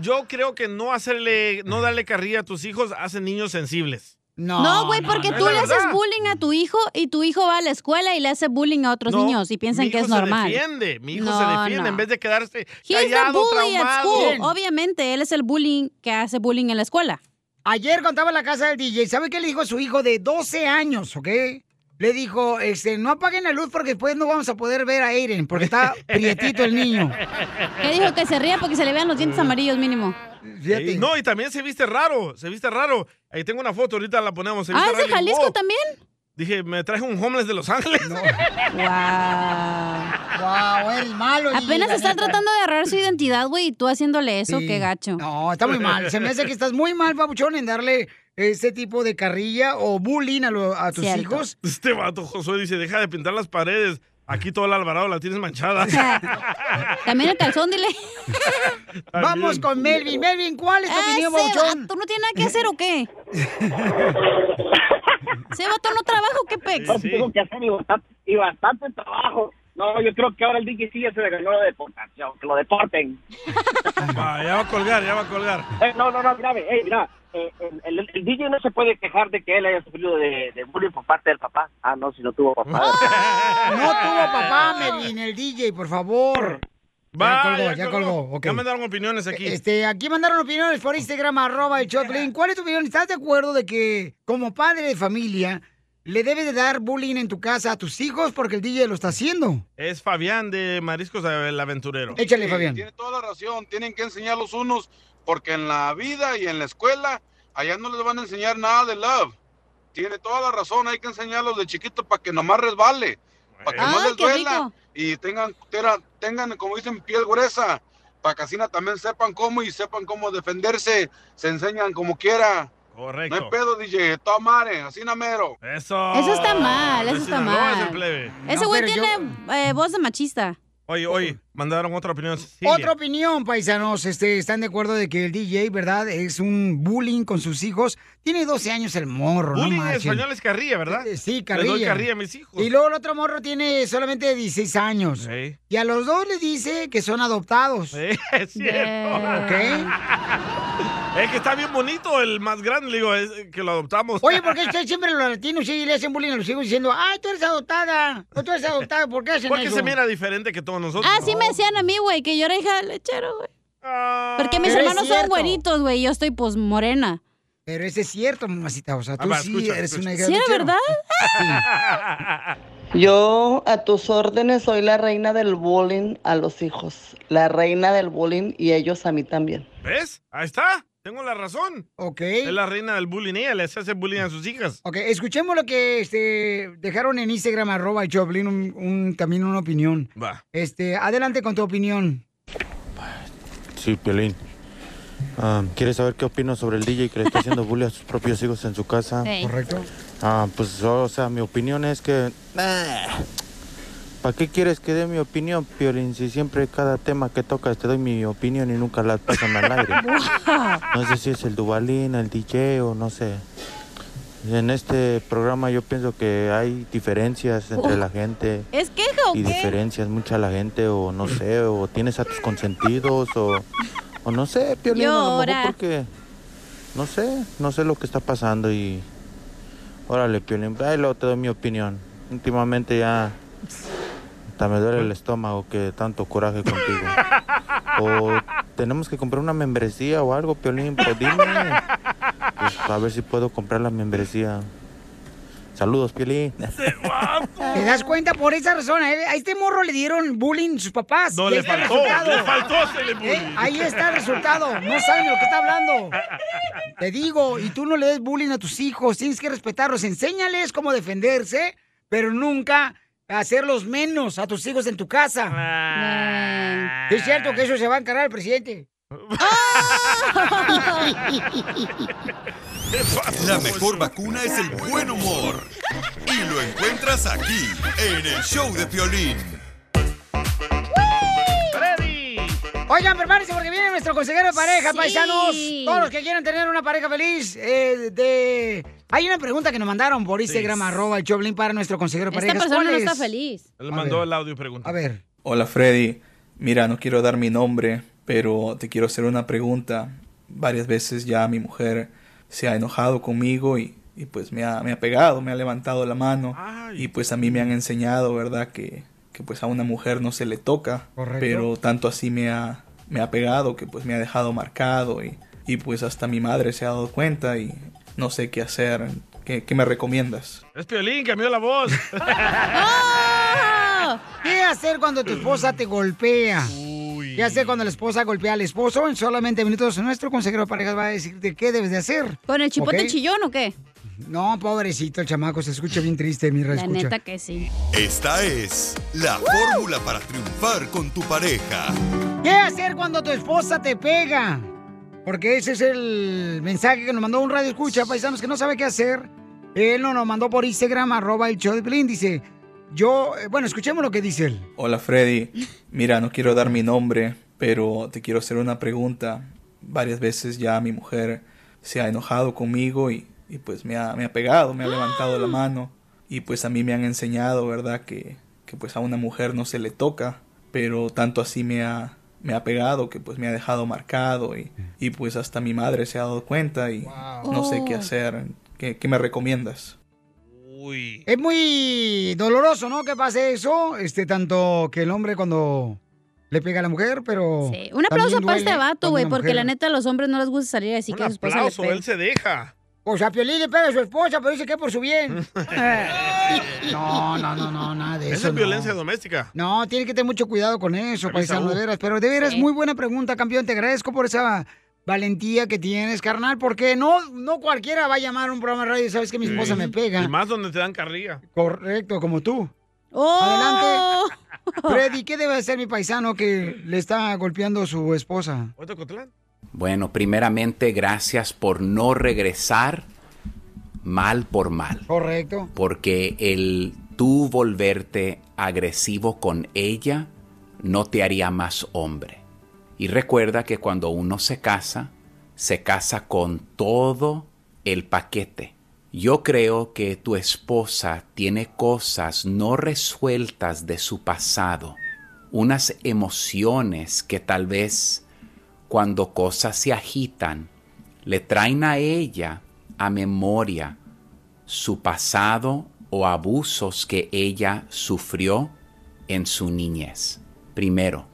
C: Yo creo que no hacerle, no darle carrilla a tus hijos hace niños sensibles.
F: No, güey, porque tú le haces bullying a tu hijo y tu hijo va a la escuela y le hace bullying a otros
C: No,
F: niños y piensan
C: mi
F: que
C: hijo
F: es normal.
C: Se defiende, mi hijo se
F: No,
C: defiende
F: no.
C: en vez de quedarse
F: He's the
C: callado,
F: bully at
C: traumado.
F: school. Obviamente, él es el bullying que hace bullying en la escuela.
B: Ayer contaba en la casa del DJ, ¿sabe qué le dijo a su hijo de 12 años, ok? Le dijo, este, no apaguen la luz porque después no vamos a poder ver a Aiden, porque está prietito el niño.
F: Que dijo que se ría porque se le vean los
C: Mm.
F: dientes amarillos mínimo.
C: Y no, y también se viste raro, se viste raro. Ahí tengo una foto, ahorita la ponemos. se
F: Ah,
C: viste
F: ¿es de
C: raro, y,
F: Jalisco
C: oh,
F: también?
C: Dije, me traje un homeless de Los Ángeles.
B: Wow, eres malo.
F: Apenas está tratando de agarrar su identidad, güey, y tú haciéndole eso,
B: Sí.
F: qué gacho.
B: No, está muy mal. Se me hace que estás muy mal, papuchón, en darle ese tipo de carrilla o bullying a, lo- a tus hijos.
C: Este vato Josué dice, deja de pintar las paredes. Aquí todo el alvarado la tienes manchada.
F: También el calzón, dile.
B: Vamos con Melvin. Melvin, ¿cuál es tu opinión, papuchón?
F: ¿Tú no tienes nada que hacer o qué? Ese vato no trabaja o qué pex.
O: No tengo que hacer y bastante, y bastante trabajo. No, yo creo que ahora el DJ sí ya se le ganó la deportación, que lo deporten.
C: Va, Ah, ya va a colgar, ya va a colgar.
O: Eh, no, no, no, grave, eh, mira, eh, el, el- el DJ no se puede quejar de que él haya sufrido de, de bullying por parte del papá. Ah, no, si no tuvo papá.
B: No tuvo papá, Melvin, el DJ, por favor.
C: Va,
B: ya colgó, ya colgó. ok.
C: Ya mandaron opiniones aquí.
B: Este, aquí mandaron opiniones por Instagram, arroba el Choplin. ¿Cuál es tu opinión? ¿Estás de acuerdo de que como padre de familia le debes de dar bullying en tu casa a tus hijos porque el DJ lo está haciendo?
C: Es Fabián de Mariscos El Aventurero.
B: Échale, Fabián.
P: Tiene toda la razón, tienen que enseñar los unos, porque en la vida y en la escuela, allá no les van a enseñar nada de love. Tiene toda la razón, hay que enseñarlos de chiquito para que nomás resbale, para que no
Q: Ay,
P: les
Q: qué
P: duela
Q: rico.
P: y tengan, tera- tengan, como dicen, piel gruesa, para que así na también sepan cómo y sepan cómo defenderse, se enseñan como quiera.
C: Correcto.
P: No hay pedo, DJ, toma madre, así na mero.
C: Eso.
F: Eso está mal, eso está
C: Sinaloa es el
F: mal.
C: plebe.
F: Ese güey tiene eh, voz de machista.
C: Oye, oye, mandaron otra opinión. Cecilia.
B: Otra opinión, paisanos, este, están de acuerdo de que el DJ, ¿verdad? Es un bullying con sus hijos. Tiene 12 años el morro,
C: Bullying
B: no
C: en
B: marchen.
C: español es carrilla, ¿verdad?
B: Eh, Sí,
C: Les
B: carrilla.
C: doy carrilla a mis hijos.
B: Y luego el otro morro tiene solamente 16 años. Y a los dos le dice que son adoptados. Eh,
C: es cierto. Es que está bien bonito el más grande, le digo, es que lo adoptamos.
B: Oye, ¿por qué ustedes siempre los latinos sí le hacen bullying a los hijos diciendo, ay, tú eres adoptada, o tú eres adoptada, ¿por qué hacen
C: Porque
B: eso?
C: se mira diferente que todos nosotros.
F: Ah, sí me decían a mí, güey, que yo era hija del lechero, güey. Porque mis
B: Pero es
F: hermanos son
B: cierto.
F: güeritos, güey, y yo estoy pues morena.
B: Pero ese es cierto, mamacita, o sea, tú
F: Ah, va,
B: sí
F: escucha,
B: eres
F: escucha.
B: una hija
F: ¿Sí
B: de
F: era
B: lechero.
F: verdad?
G: Yo a tus órdenes soy la reina del bullying a los hijos, la reina del bullying y ellos a mí también.
C: ¿Ves? Ahí está. Tengo la razón.
B: Ok.
C: Es la reina del bullying. Ella les hace bullying a sus hijas.
B: Ok, escuchemos lo que este, dejaron en Instagram, arroba el Choplin, un, un- también una opinión.
C: Va.
B: Este, adelante con tu opinión.
R: Sí, Piolín. Ah, ¿Quieres saber qué opino sobre el DJ que le está haciendo bullying a sus propios hijos en su casa?
B: Correcto.
R: Ah, pues, o sea, mi opinión es que... ¿Para qué quieres que dé mi opinión, Piolín? Si siempre cada tema que tocas te doy mi opinión y nunca la pasan al aire. No sé si es el Dubalín, el DJ o no sé. En este programa yo pienso que hay diferencias entre
F: Oh.
R: la gente
F: ¿Es queja o
R: y
F: qué?
R: diferencias mucha la gente o no sé o tienes a tus consentidos o, o no sé Piolín, a lo
F: Llora.
R: mejor porque no sé no sé lo que está pasando y órale Piolín ahí luego te doy mi opinión últimamente ya hasta me duele el estómago que tanto coraje contigo o tenemos que comprar una membresía o algo Piolín pues dime Pues, a ver si puedo comprar la membresía saludos Piolín
B: ¿Te das cuenta? Por esa razón, a a este morro le dieron bullying sus papás.
R: No,
B: y ahí
R: le
B: está el
R: faltó,
B: resultado.
R: le faltó
C: hacerle bullying.
B: ¿Eh? Ahí está el resultado. No saben lo que está hablando.
R: Ah,
B: Te digo, y tú no le des bullying a tus hijos. Tienes que respetarlos. Enséñales cómo defenderse, pero nunca hacerlos
F: Ah.
B: menos a tus hijos en tu casa. Es cierto que eso se va a encargar el presidente.
I: La mejor vacuna es el buen humor. Y lo encuentras aquí, en el show de Piolín.
B: Oigan, prepárense porque viene nuestro consejero de pareja,
A: Sí.
B: paisanos. Todos los que quieran tener una pareja feliz, eh, de... Hay una pregunta que nos mandaron por Instagram, arroba el Choplin, para nuestro consejero de
F: Esta
B: pareja.
F: persona no está feliz.
C: Él mandó el audio y preguntó.
B: A ver.
Q: Hola Freddy, mira, no quiero dar mi nombre, pero te quiero hacer una pregunta. Varias veces ya mi mujer se ha enojado conmigo y, y pues me ha, me ha pegado, me ha levantado la mano y pues a mí me han enseñado, ¿verdad? Que, que pues a una mujer no se le toca,
A: Correcto.
Q: pero tanto así me ha, me ha pegado que pues me ha dejado marcado y, y pues hasta mi madre se ha dado cuenta y no sé qué hacer. ¿Qué, qué me recomiendas?
C: Es Piolín, cambió la voz.
B: ¿Qué hacer cuando tu esposa te golpea? ¿Qué hacer cuando la esposa golpea al esposo? En solamente minutos nuestro consejero de parejas va a decirte qué debes de hacer.
F: ¿Con el chipote
B: ¿Ok?
F: chillón o qué?
B: No, pobrecito el chamaco, se escucha bien triste, mi
F: La
B: escucha.
F: neta que sí.
I: Esta es la fórmula para triunfar con tu pareja.
B: ¿Qué hacer cuando tu esposa te pega? Porque ese es el mensaje que nos mandó un radio escucha, paisanos, que no sabe qué hacer. Él nos lo mandó por Instagram, arroba el show de Piolín. Dice, yo, eh, bueno, escuchemos lo que dice él.
Q: Hola Freddy, mira, no quiero dar mi nombre, pero te quiero hacer una pregunta. Varias veces ya mi mujer se ha enojado conmigo y, y pues me ha, me ha pegado, me ha levantado la mano y pues a mí me han enseñado, ¿verdad? Que, que pues a una mujer no se le toca, pero tanto así me ha, me ha pegado que pues me ha dejado marcado y, y pues hasta mi madre se ha dado cuenta y no sé qué
B: Oh.
Q: hacer. ¿Qué, qué me recomiendas?
B: Es muy doloroso, ¿no? Que pase eso, este, tanto que el hombre cuando le pega a la mujer, pero...
F: Sí. Un aplauso para este vato, güey, porque la
B: neta...
F: neta a los hombres no les gusta salir así que a su esposa le
C: Aplauso,
F: pega.
C: él se deja.
B: O sea, Piolín le pega a su esposa, pero dice que por su bien. no, no, no, no, nada de
C: Esa
B: eso.
C: es
B: no.
C: violencia doméstica.
B: No, tiene que tener mucho cuidado con eso,
C: Avisa
B: paisano,
C: uno.
B: de veras. Pero de veras, muy buena pregunta, campeón. Te agradezco por esa valentía que tienes, carnal, porque no, no cualquiera va a llamar a un programa de radio y sabes que mi esposa
C: Sí.
B: me
C: Y
B: pega.
C: más donde te dan carrilla.
B: Correcto, como tú. Adelante. Freddy, ¿qué debe hacer mi paisano que le está golpeando a su esposa?
C: ¿Otro Cotlán?
S: Bueno, primeramente, gracias por no regresar mal por mal.
B: Correcto.
S: Porque el tú volverte agresivo con ella no te haría más hombre. Y recuerda que cuando uno se casa, se casa con todo el paquete. Yo creo que tu esposa tiene cosas no resueltas de su pasado, unas emociones que tal vez cuando cosas se agitan, le traen a ella a memoria su pasado o abusos que ella sufrió en su niñez. Primero,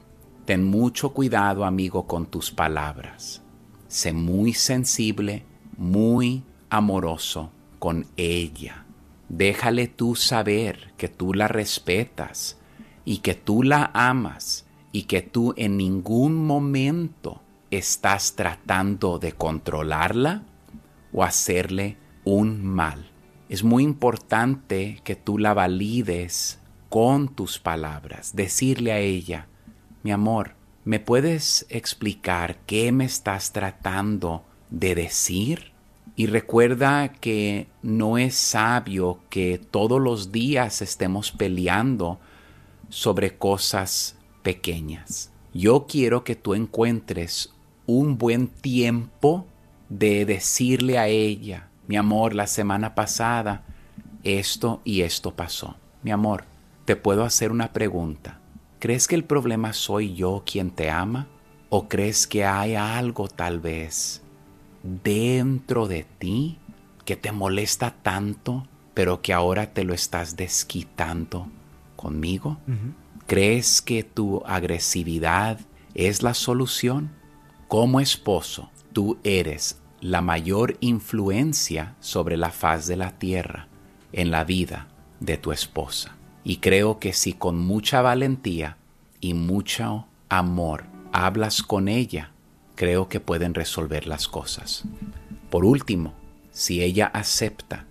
S: ten mucho cuidado, amigo, con tus palabras. Sé muy sensible, muy amoroso con ella. Déjale tú saber que tú la respetas y que tú la amas y que tú en ningún momento estás tratando de controlarla o hacerle un mal. Es muy importante que tú la valides con tus palabras, decirle a ella, mi amor, ¿me puedes explicar qué me estás tratando de decir? Y recuerda que no es sabio que todos los días estemos peleando sobre cosas pequeñas. Yo quiero que tú encuentres un buen tiempo de decirle a ella, mi amor, la semana pasada esto y esto pasó. Mi amor, te puedo hacer una pregunta. ¿Crees que el problema soy yo quien te ama? ¿O crees que hay algo tal vez dentro de ti que te molesta tanto, pero que ahora te lo estás desquitando conmigo? ¿Crees que tu agresividad es la solución? Como esposo, tú eres la mayor influencia sobre la faz de la tierra en la vida de tu esposa. Y creo que si con mucha valentía y mucho amor hablas con ella, creo que pueden resolver las cosas. Por último, si ella acepta,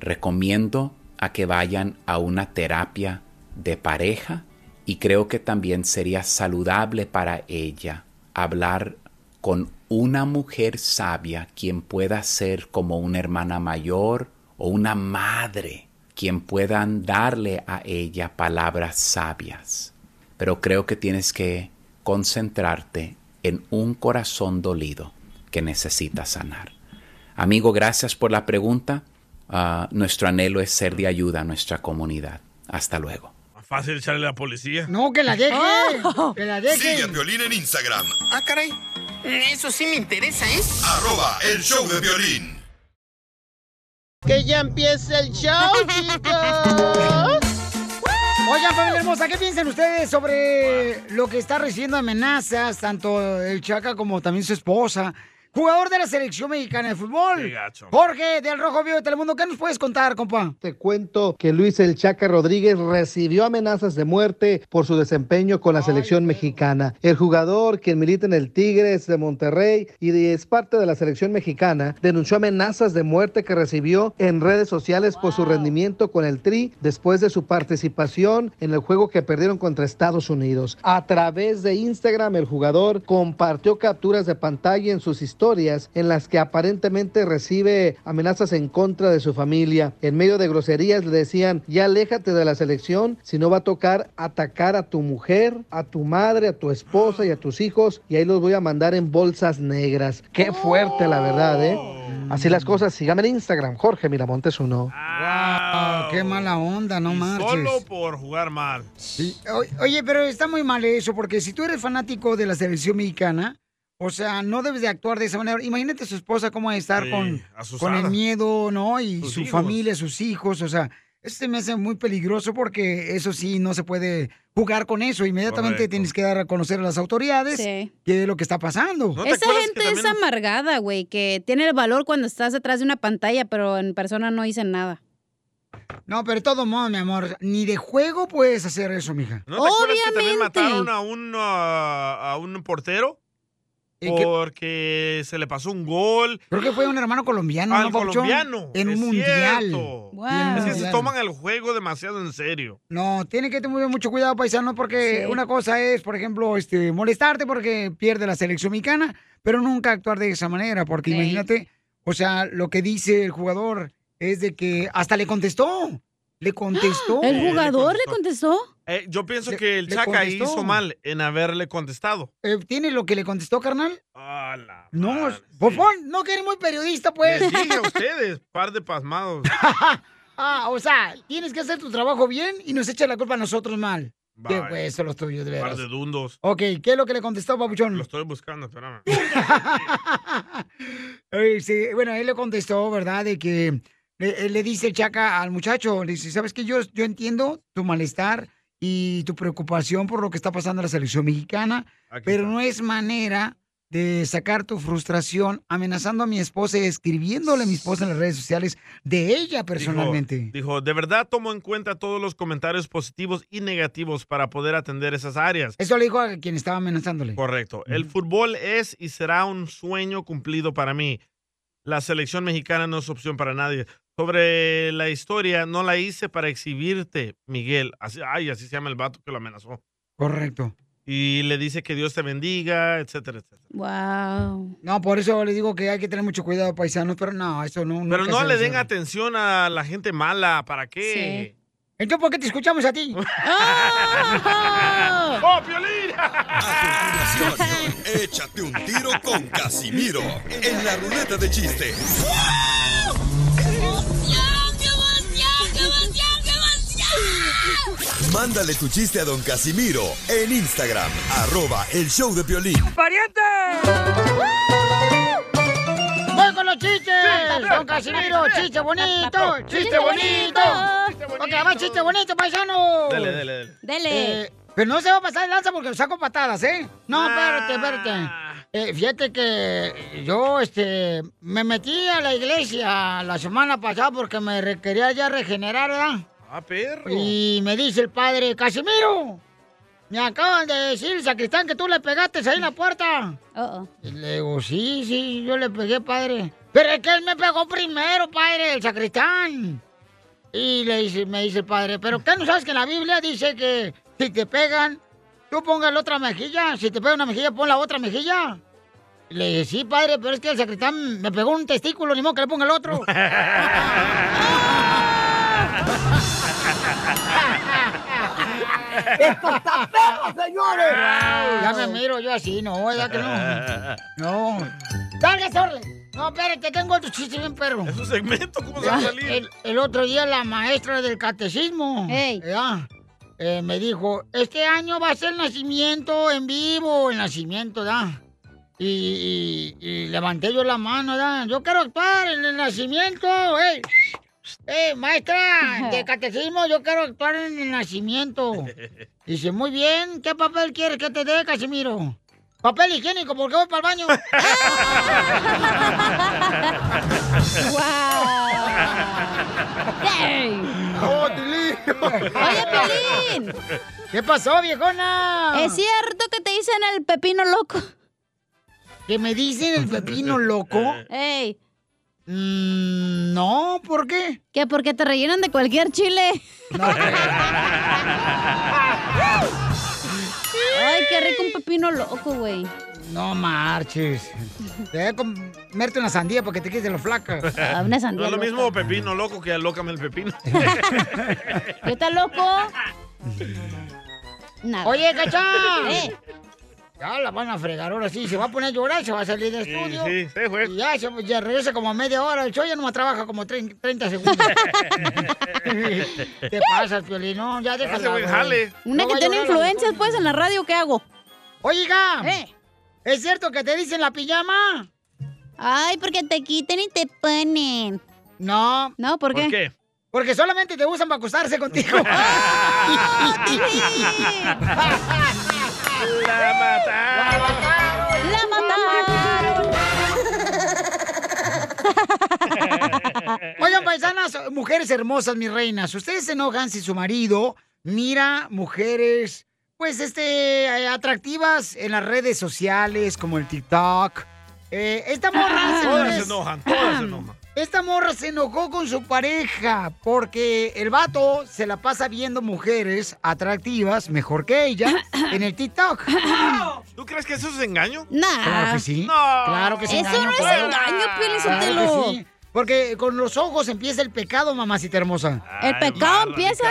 S: recomiendo a que vayan a una terapia de pareja y creo que también sería saludable para ella hablar
T: con una mujer sabia quien pueda ser como una hermana mayor o una madre quien puedan darle a ella palabras sabias. Pero creo que tienes que concentrarte en un corazón dolido que necesita sanar. Amigo, gracias por la pregunta. Ah, nuestro anhelo es ser de ayuda a nuestra comunidad. Hasta luego.
C: Fácil echarle a la policía.
B: No, que la deje. Que la deje.
I: Sigue a Piolín en Instagram.
U: Ah, caray. Eso sí me interesa, ¿eh? ¿es?
I: Arroba el show de violín.
U: Que ya empiece el show, chicos.
B: Oigan, familia hermosa, ¿qué piensan ustedes sobre lo que está recibiendo amenazas, tanto el Chaca como también su esposa? Jugador de la selección mexicana de fútbol. Jorge del Rojo Vivo de Telemundo, ¿qué nos puedes contar, compa?
D: Te cuento que Luis El Chaca Rodríguez recibió amenazas de muerte por su desempeño con la selección mexicana. El jugador, quien milita en el Tigres de Monterrey y de- es parte de la selección mexicana, denunció amenazas de muerte que recibió en redes sociales por su rendimiento con el Tri después de su participación en el juego que perdieron contra Estados Unidos. A través de Instagram, el jugador compartió capturas de pantalla en sus historias en las que aparentemente recibe amenazas en contra de su familia. En medio de groserías le decían, ya aléjate de la selección, si no va a tocar atacar a tu mujer, a tu madre, a tu esposa y a tus hijos, y ahí los voy a mandar en bolsas negras. Qué fuerte, la verdad, ¿eh? Así las cosas, sígame en Instagram, Jorge Miramontes uno.
B: Wow, qué mala onda, no marches.
C: Solo por jugar mal.
B: O- Oye, pero está muy mal eso, porque si tú eres fanático de la selección mexicana, o sea, no debes de actuar de esa manera. Imagínate su esposa cómo va a estar
C: Sí,
B: con,
C: asustada.
B: con el miedo, ¿no? Y
C: Sus
B: su
C: hijos.
B: familia, sus hijos, o sea, eso se me hace muy peligroso porque eso sí, no se puede jugar con eso. Inmediatamente
F: Correcto.
B: tienes que dar a conocer a las autoridades
F: Sí.
B: qué es lo que está pasando.
F: Esa gente es amargada, güey, que tiene el valor cuando estás detrás de una pantalla, pero en persona no dicen nada.
B: No, pero de todo modo, mi amor, ni de juego puedes hacer eso, mija.
C: ¿No te acuerdas que también mataron a un, ah, a un portero?
B: qué-
C: Porque se le pasó un gol.
B: Creo que fue un hermano colombiano,
C: Al
B: ¿no, papuchón?
C: colombiano.
B: En un
C: es
B: mundial.
C: cierto.
B: Y en
C: Es
B: un
C: que se
B: mundial.
C: toman el juego demasiado en serio.
B: No, tiene que tener mucho cuidado, paisano, porque
C: Sí.
B: una cosa es, por ejemplo, este, molestarte porque pierde la selección mexicana, pero nunca actuar de esa manera, porque imagínate, o sea, lo que dice el jugador es de que hasta le contestó. Le contestó.
F: ¿El jugador le contestó?
C: Eh, yo pienso
B: Le-
C: que el
B: le
C: Chaca
B: contestó.
C: hizo mal en haberle contestado.
B: Eh, ¿Tiene lo que le contestó, carnal?
C: Ah, la-
B: No, Popón, no que eres muy periodista, pues.
C: Les dije a ustedes, par de pasmados.
B: Ah, o sea, tienes que hacer tu trabajo bien y nos echa la culpa a nosotros mal. Qué hueso los tuyos, de
C: Par
B: veras.
C: de dundos.
B: Ok, ¿qué es lo que le contestó, papuchón?
C: Lo estoy buscando, espérame.
B: Eh, sí, bueno, él le contestó, ¿verdad? De que le, él le dice Chaca al muchacho, le dice, ¿sabes qué? Yo, yo entiendo tu malestar y tu preocupación por lo que está pasando en la selección mexicana, pero no es manera de sacar tu frustración amenazando a mi esposa y escribiéndole a mi esposa en las redes sociales de ella personalmente.
C: Dijo, dijo, de verdad tomo en cuenta todos los comentarios positivos y negativos para poder atender esas áreas.
B: Eso le dijo a quien estaba amenazándole.
C: Correcto. El fútbol es y será un sueño cumplido para mí. La selección mexicana no es opción para nadie. Sobre la historia, no la hice para exhibirte, Miguel. Así, ay, así se llama el vato que lo amenazó.
B: Correcto.
C: Y le dice que Dios te bendiga, etcétera, etcétera.
F: Wow.
B: No, por eso le digo que hay que tener mucho cuidado, paisanos, pero no, eso no.
C: Pero
B: nunca
C: no
B: se
C: le
B: hace.
C: den atención a la gente mala, ¿para qué?
B: Entonces, ¿por qué te escuchamos a ti?
C: ¡Oh, Piolín!
I: Échate un tiro con Casimiro en la ruleta de chistes. Mándale tu chiste a don Casimiro en Instagram, arroba el show de Piolín.
B: ¡Pariente! ¡Voy con los chistes! Don Casimiro, chiste bonito, chiste,
F: Chiste
B: bonito. Ok, además chiste bonito, paisano.
C: Dale, dale, dale.
F: Dele.
B: Eh, pero no se va a pasar de lanza porque lo saco patadas, ¿eh? No, espérate, espérate. Eh, fíjate que yo, este, me metí a la iglesia la semana pasada porque me re- quería ya regenerar, ¿verdad?
C: Ah, perro.
B: Y me dice el padre, Casimiro, me acaban de decir, sacristán, que tú le pegaste ahí en la puerta. Y le digo, sí, sí, yo le pegué, padre. Pero es que él me pegó primero, padre, el sacristán. Y le dice, me dice el padre, pero ¿qué no sabes que en la Biblia dice que si te pegan, tú pongas la otra mejilla? Si te pega una mejilla, pon la otra mejilla. Le dije, sí, padre, pero es que el sacristán me pegó un testículo, ni modo que le ponga el otro.
V: ¡Esto está perro, señores!
B: Ya me miro yo así, no, ya que no. No. ¡Sálgase, Orle! No, espérate, tengo otro chiste bien perro. Es un segmento, ¿cómo
V: se va a salir?
B: El, el otro día la maestra del catecismo ¿verdad? Eh, me dijo, este año va a ser nacimiento en vivo, el nacimiento, ¿da? Y, y- y levanté yo la mano, ¿da? Yo quiero actuar en el nacimiento, ¡ey! ¡Ey, maestra del catecismo, yo quiero actuar en el nacimiento! Dice, muy bien, ¿qué papel quieres que te dé, Casimiro? Papel higiénico, porque voy para el baño. ¡Oh,
F: Oh, ya, Oye, Pelín.
B: ¿Qué pasó, viejona?
F: ¿Es cierto que te dicen el pepino loco?
B: ¿Que me dicen el
F: Eh.
B: pepino loco? Mm,
F: ¡Ey!
B: no, ¿por qué?
F: Que porque te rellenan de cualquier chile. Ay, qué rico un pepino loco, güey.
B: No marches. Te voy a comerte una sandía para que te quites lo flaca.
F: Ah,
C: No es lo mismo pepino loco que alócame el pepino.
F: ¿Yo está loco?
B: Oye, cachán.
F: Eh.
B: Ya la van a fregar ahora sí. Se va a poner a llorar, se va a salir del estudio.
C: sí,
B: Y ya, se- ya regresa como a media hora. El show ya nomás trabaja como trein- 30 segundos. ¿Qué pasa, Piolín? No, ya déjala. güey.
F: Una
B: No
F: que
B: va a
F: tiene
B: llorar,
F: influencias, pues, en la radio, ¿qué hago? Eh.
B: Oiga, ¿es cierto que te dicen la pijama?
F: Ay, porque te quitan y te ponen.
B: No.
F: No, ¿por qué?
B: Porque solamente te usan para acostarse contigo.
V: ¡La mataron!
F: ¡La mataron!
B: Oigan, paisanas, mujeres hermosas, mis reinas, ¿ustedes se enojan si su marido mira mujeres, pues, este, eh, atractivas en las redes sociales, como el TikTok? Eh, esta
C: Todas
B: morra,
C: se
B: señores,
C: enojan, todas se enojan.
B: Esta morra se enojó con su pareja porque el vato se la pasa viendo mujeres atractivas mejor que ella en el TikTok.
C: ¿Tú crees que eso es engaño?
F: Nah.
B: Claro que sí.
C: No.
B: Claro que sí. pues.
C: Eso no es engaño, Piolín
B: claro
C: Sotelo.
B: que sí. Porque con los ojos empieza el pecado, mamacita hermosa.
F: El pecado empieza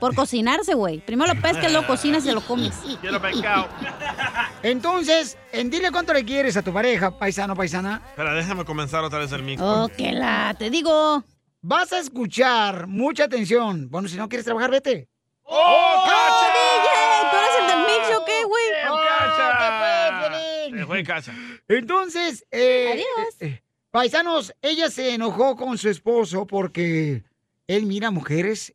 F: por cocinarse, güey. Primero lo pescas, luego cocinas y lo comes.
C: Quiero pecado.
B: Entonces, en dile cuánto le quieres a tu pareja, paisano, paisana.
C: Espera, déjame comenzar otra vez el mix.
B: Oh, que la, te digo. Vas a escuchar, mucha atención. Bueno, si no quieres trabajar, vete.
C: ¡Oh,
B: cacha!
F: DJ! ¿Tú eres el del mix o qué, güey?
B: ¡Oh,
C: Se fue cacha.
B: Entonces, eh, eh, eh, paisanos, ella se enojó con su esposo porque él mira mujeres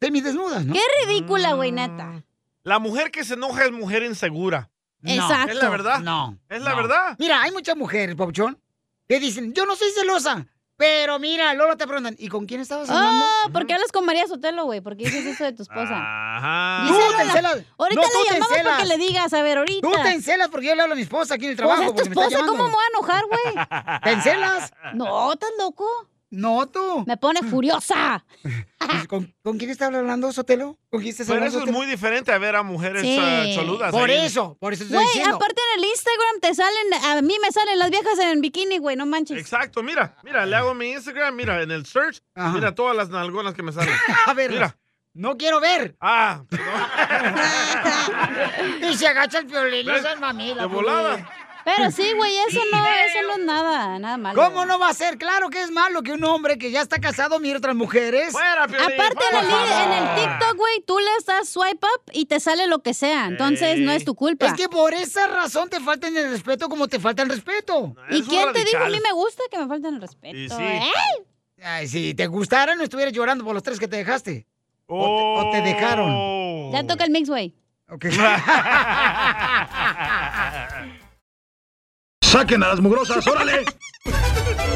B: semidesnudas, ¿no?
F: ¡Qué ridícula,
B: Mm.
F: güey, neta!
C: La mujer que se enoja es mujer insegura.
B: No. Exacto.
C: ¿Es la verdad?
B: No.
C: ¿Es la
B: No.
C: verdad?
B: Mira, hay muchas mujeres, Pabuchón, que dicen, yo no soy celosa, pero mira, Lola te preguntan, ¿y con quién estabas hablando?
F: Oh, ¿por qué hablas con María Sotelo, güey? ¿Por qué dices eso de tu esposa?
C: Ajá.
F: Díselo
B: Tú te
F: a la-
B: encelas.
F: Ahorita
B: No, tú
F: le
B: te
F: llamamos para que
B: encelas.
F: le digas, a ver, ahorita.
B: Tú te encelas porque yo le hablo a mi esposa aquí en el
F: Pues
B: trabajo.
F: es tu
B: porque me está
F: esposa, ¿cómo me
B: llamando.
F: voy a enojar, güey?
B: ¿Te encelas?
F: No, ¿estás loco?
B: No, tú.
F: Me pone furiosa.
B: ¿Con, con quién estás hablando, Sotelo? ¿Con quién estás
C: Pero
B: hablando?
C: eso es
B: Sotelo?
C: muy diferente a ver a mujeres
F: Sí.
C: eh, choludas.
B: Por
C: ahí.
B: eso, por eso estoy
F: Güey,
B: diciendo.
F: aparte en el Instagram te salen, a mí me salen las viejas en bikini, güey, no manches.
C: Exacto, mira, mira, le hago mi Instagram, mira, en el search, mira todas las nalgonas que me salen.
B: A ver.
C: Mira.
B: No quiero ver.
C: Ah,
B: Y se agacha el violín, no
C: ¿Ves?
B: seas mamila. pues.
C: De volada.
F: Pero sí, güey, eso no, eso no es nada, nada malo.
B: ¿Cómo no va a ser? Claro que es malo que un hombre que ya está casado mire otras mujeres.
F: Aparte en el, en el TikTok, güey, tú le das swipe up y te sale lo que sea, entonces no es tu culpa.
B: Es que por esa razón te faltan el respeto como te falta el respeto.
F: ¿Y quién te dijo a mí me gusta que me faltan el respeto?
B: Y sí.
F: eh?
B: Ay, si te gustara, no estuvieras llorando por los tres que te dejaste. O,
C: Oh.
B: te, o te dejaron.
F: Ya toca el mix, güey.
B: Ok.
I: ¡Saquen a las mugrosas, órale!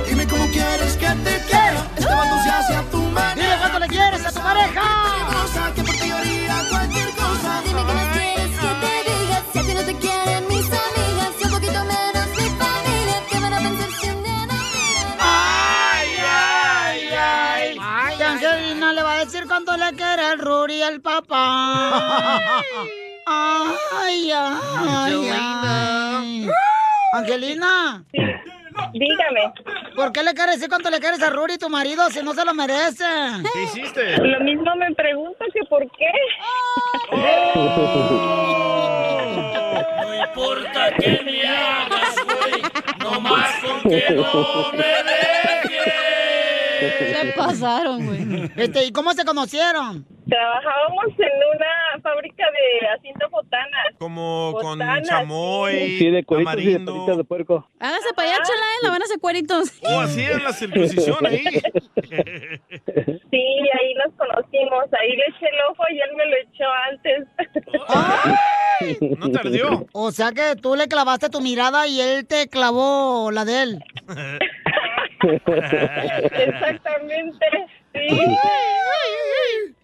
V: Dime cómo quieres que te quiero. Este vato se hace a tu manera.
B: Dile cuánto le quieres a tu pareja.
V: Cosa, que por ti haría cualquier cosa. Dime que no quieres que te diga. Si a ti no te quieren mis amigas. Y un poquito menos mi familia. Que van a pensar si un día no miran?
B: ¡Ay, ay, ay! Ay, Angelina le va a decir cuánto le quiere el Ruri al papá. ¡Ay, ay, ay! Angelina. Dígame. ¿Por qué le quieres decir cuánto le quieres a Ruri, tu marido, si no se lo merece?
C: ¿Qué hiciste?
W: Lo mismo me pregunto que por qué.
V: No importa que me hagas, güey, no más con que no me
B: Se pasaron, güey. Este, ¿y cómo se conocieron?
W: Trabajábamos en una fábrica de haciendo botanas.
C: Como con
W: Botanas,
C: chamoy,
X: Sí, de cueritos y de
C: tamarindo.
X: patitas de puerco.
F: Hágase para allá, chela, ¿eh? la van a hacer cueritos.
C: Oh, así es la circuncisión ahí.
W: Sí, ahí nos conocimos. Ahí le eché el ojo y él me lo echó antes.
C: No tardió.
B: O sea que tú le clavaste tu mirada y él te clavó la de él.
W: Exactamente.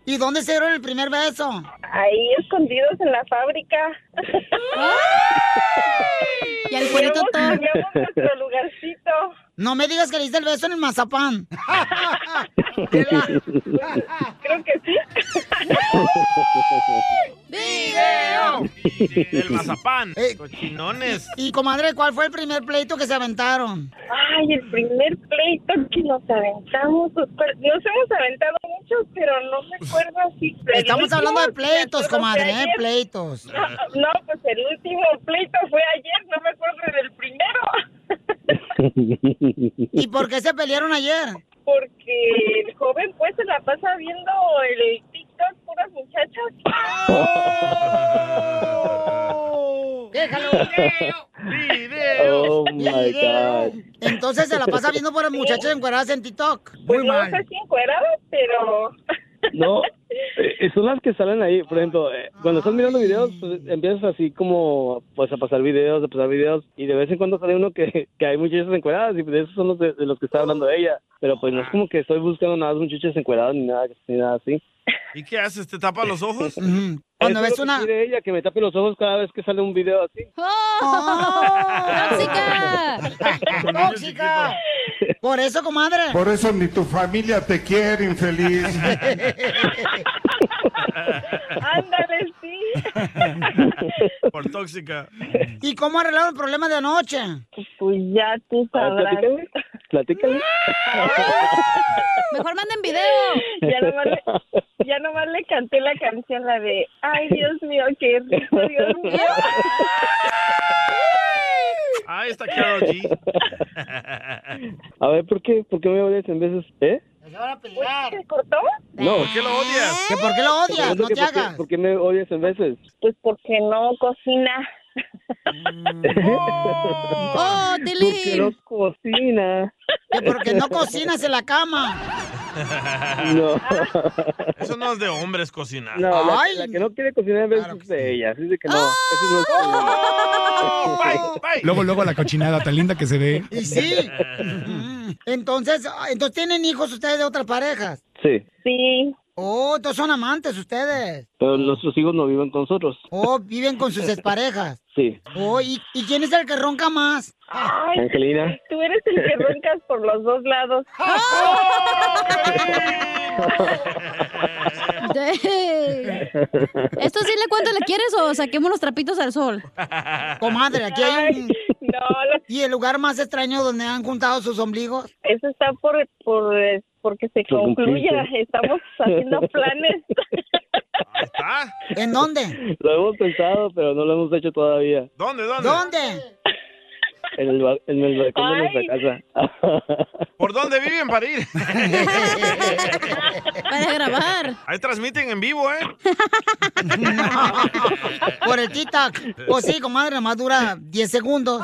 B: ¿Y dónde se dieron el primer beso?
W: Ahí escondidos en la fábrica.
B: Y al cuerito todo.
W: Teníamos nuestro lugarcito.
B: No me digas que le diste el beso en el mazapán.
W: Creo que sí.
B: ¡Video! Eh,
C: El mazapán. Cochinones.
B: Y comadre, ¿cuál fue el primer pleito que se aventaron?
W: Ay, el primer pleito que nos aventamos. pues, cuál- Nos hemos aventado muchos, pero no me acuerdo si. el
B: Estamos hablando de
W: último, si me
B: pleitos,
W: acuerdo,
B: comadre,
W: fue
B: ¿eh?
W: ayer.
B: Pleitos.
W: No, no, pues el último pleito fue ayer, no me acuerdo del primero.
B: ¿Y por qué se pelearon ayer?
W: Porque el joven pues se la pasa viendo el TikTok, puras muchachas.
F: Oh.
B: ¡Déjalo!
X: Oh my God.
B: Entonces se la pasa viendo por las muchachas encueradas en TikTok. Muy mal.
W: Pues No sé si encueradas, pero...
X: No, eh, eh, son las que salen ahí, por ejemplo, eh, cuando estás mirando videos, pues, empiezas así como, pues, a pasar videos, a pasar videos, y de vez en cuando sale uno que, que hay muchachas encueradas, y de esos son los de, de los que está hablando ella, pero pues no es como que estoy buscando nada de muchachas encueradas ni nada, ni nada así.
C: ¿Y qué haces? ¿Te tapa los ojos?
X: Cuando ves una... Quiere ella que me tape los ojos cada vez que sale un video así.
B: ¡Tóxica! Por eso, comadre.
Y: Por eso ni tu familia te quiere, infeliz.
W: Ándale, sí.
C: Por tóxica.
B: ¿Y cómo arreglaron el problema de anoche?
W: Pues ya tú sabrás.
X: Platícale.
F: Mejor manden video.
W: Ya nomás, le, ya nomás le canté la canción, la de Ay, Dios mío, qué rico, Dios mío.
C: Ahí está Carol G.
X: A ver, ¿por qué? ¿Por qué me odias en veces? ¿Eh?
W: ¿Se cortó?
X: No. ¿Por qué lo odias?
B: ¿Que por qué lo odias? No te
X: ¿por qué-
B: hagas.
X: ¿Por qué me odias en veces?
W: Pues porque no cocina.
B: Mm.
X: ¡Oh, Porque no cocina.
B: Que porque no cocinas en la cama.
X: No.
C: Eso no es de hombres cocinar.
X: No, la, la que no quiere cocinar en veces es de ella. Así de que no. eso no es
B: Oh,
Z: Luego, luego la cochinada tan linda que se ve.
B: Y sí. Mm. Entonces, ah, entonces tienen hijos ustedes de otras parejas.
X: Sí,
W: Sí.
B: Oh, entonces son amantes ustedes.
X: pero nuestros hijos no viven con nosotros.
B: Oh, viven con sus exparejas.
X: Sí.
B: Oh, ¿y, y quién es el que ronca más?
W: Ay,
X: Angelina.
W: Tú eres el que roncas por los dos lados.
B: ¡Oh!
F: Dang. ¿Esto sí le cuánto le quieres o saquemos los trapitos al sol?
B: Comadre, aquí hay un...
W: No,
B: ¿Y el lugar más extraño donde han juntado sus ombligos?
W: Eso está por, por eh, porque se
B: Por cumplirse.
W: concluya. Estamos haciendo planes.
B: ¿En dónde?
X: Lo hemos pensado, pero no lo hemos hecho todavía.
C: ¿Dónde, dónde?
B: ¿Dónde?
X: En el, ba- en el balcón de nuestra casa.
C: ¿Por dónde viven para ir?
F: Para grabar.
C: Ahí transmiten en vivo, ¿eh?
B: Por el tic-tac. Pues sí, comadre, nomás dura 10 segundos.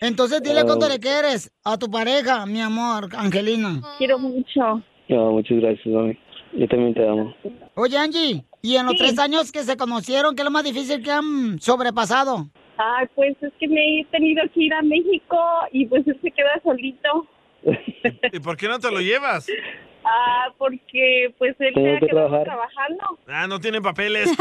B: Entonces dile cuánto le quieres a tu pareja, mi amor, Angelina.
W: Quiero mucho.
X: no, muchas gracias, mami. Yo también te amo.
B: Oye, Angie, ¿y en los tres años que se conocieron, qué es lo más difícil que han sobrepasado?
W: Ay, pues es que me he tenido que ir a México y pues él se queda solito.
C: ¿Y por qué no te lo llevas?
W: Ah, porque pues él se
C: Tengo
W: ha
C: que
W: quedado
C: trabajar.
W: trabajando.
C: Ah, no tiene papeles.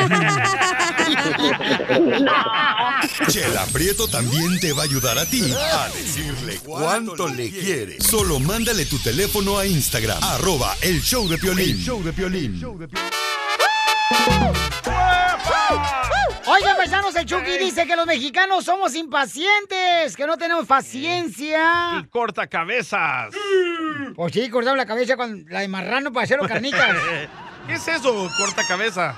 I: Chela Prieto también te va a ayudar a ti a decirle cuánto le quiere. Solo mándale tu teléfono a Instagram, arroba el show de Piolín. show de Piolín.
B: Oigan, paisanos, el Chucky dice que los mexicanos somos impacientes, que no tenemos paciencia.
C: Y corta cabezas.
B: Pues sí, cortamos la cabeza con la de marrano para hacerlo carnitas.
C: ¿Qué es eso, corta cabeza?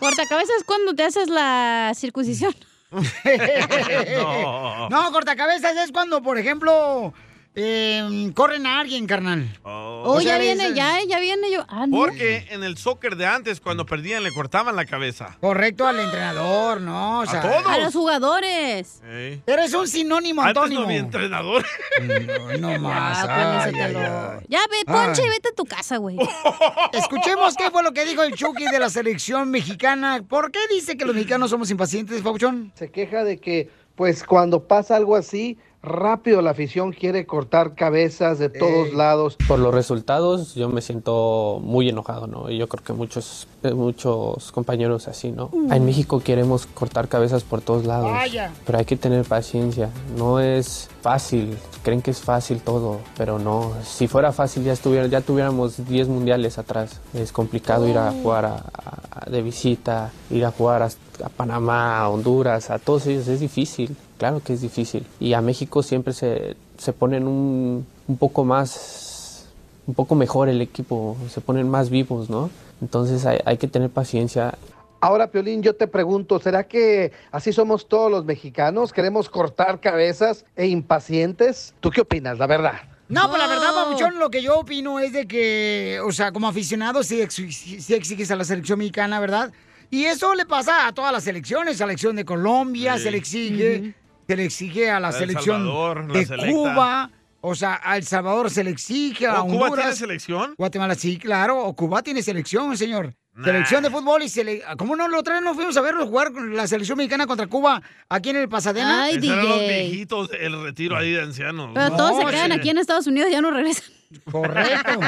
F: Cortacabezas es cuando te haces la circuncisión.
C: Oh.
B: no. cortacabezas es cuando, por ejemplo, eh, corren a alguien, carnal.
F: Oh,
C: O sea,
F: ya viene,
B: ese-
F: ya, eh, ya viene yo. Ah, no.
C: Porque en el soccer de antes, cuando perdían, le cortaban la cabeza.
B: Correcto al entrenador, ¿no? O sea,
C: ¿A todos?
F: A los jugadores.
C: Ey.
B: Eres un sinónimo,
C: Antes
B: Antónimo. Ah,
C: no había entrenador.
Z: Mm,
B: No más.
C: Ay,
B: ay, ay, ay.
F: Ya, ve, ponche
B: Ay.
F: y vete a tu casa, güey.
B: Oh, Escuchemos qué fue lo que dijo el Chucky de la selección mexicana. ¿Por qué dice que los mexicanos somos impacientes, Pabuchón?
D: Se queja de que, pues cuando pasa algo así, rápido la afición quiere cortar cabezas de todos lados.
E: Por los resultados yo me siento muy enojado, ¿no? Y yo creo que muchos, eh, muchos compañeros así, ¿no?
F: Mm.
E: En México queremos cortar cabezas por todos lados,
F: Vaya.
E: pero hay que tener paciencia. No es fácil, creen que es fácil todo, pero no. Si fuera fácil ya, estuviera, ya tuviéramos 10 mundiales atrás. Es complicado ir a
R: Oh.
E: jugar a- a- de visita, ir a jugar a, a Panamá, a Honduras, a todos ellos. Es difícil, claro que es difícil. Y a México siempre se, se ponen un, un poco más, un poco mejor el equipo, se ponen más vivos, ¿no? Entonces hay, hay que tener paciencia.
D: Ahora, Piolín, yo te pregunto, ¿será que así somos todos los mexicanos? ¿Queremos cortar cabezas e impacientes? ¿Tú qué opinas, la verdad?
B: No, pues la verdad, Pabuchón, lo que yo opino es de que, o sea, como aficionado, sí, ex- sí exiges a la selección mexicana, ¿verdad? Y eso le pasa a todas las selecciones, selección de Colombia,
C: Sí.
B: se le exige, se le exige a la
C: A El
B: selección
C: Salvador, la
B: de
C: selecta.
B: Cuba, o sea, a El Salvador se le exige, a
C: ¿O Cuba
B: Honduras.
C: tiene selección?
B: Guatemala, sí, claro, o Cuba tiene selección, señor. Selección de fútbol y se le... ¿Cómo no? Lo otra vez nos fuimos a verlo jugar con la selección mexicana contra Cuba aquí en el Pasadena.
C: Esos eran los viejitos, el retiro ahí de ancianos.
F: Pero
C: No,
F: todos
C: sí.
F: se quedan aquí en Estados Unidos y ya no regresan.
B: Correcto.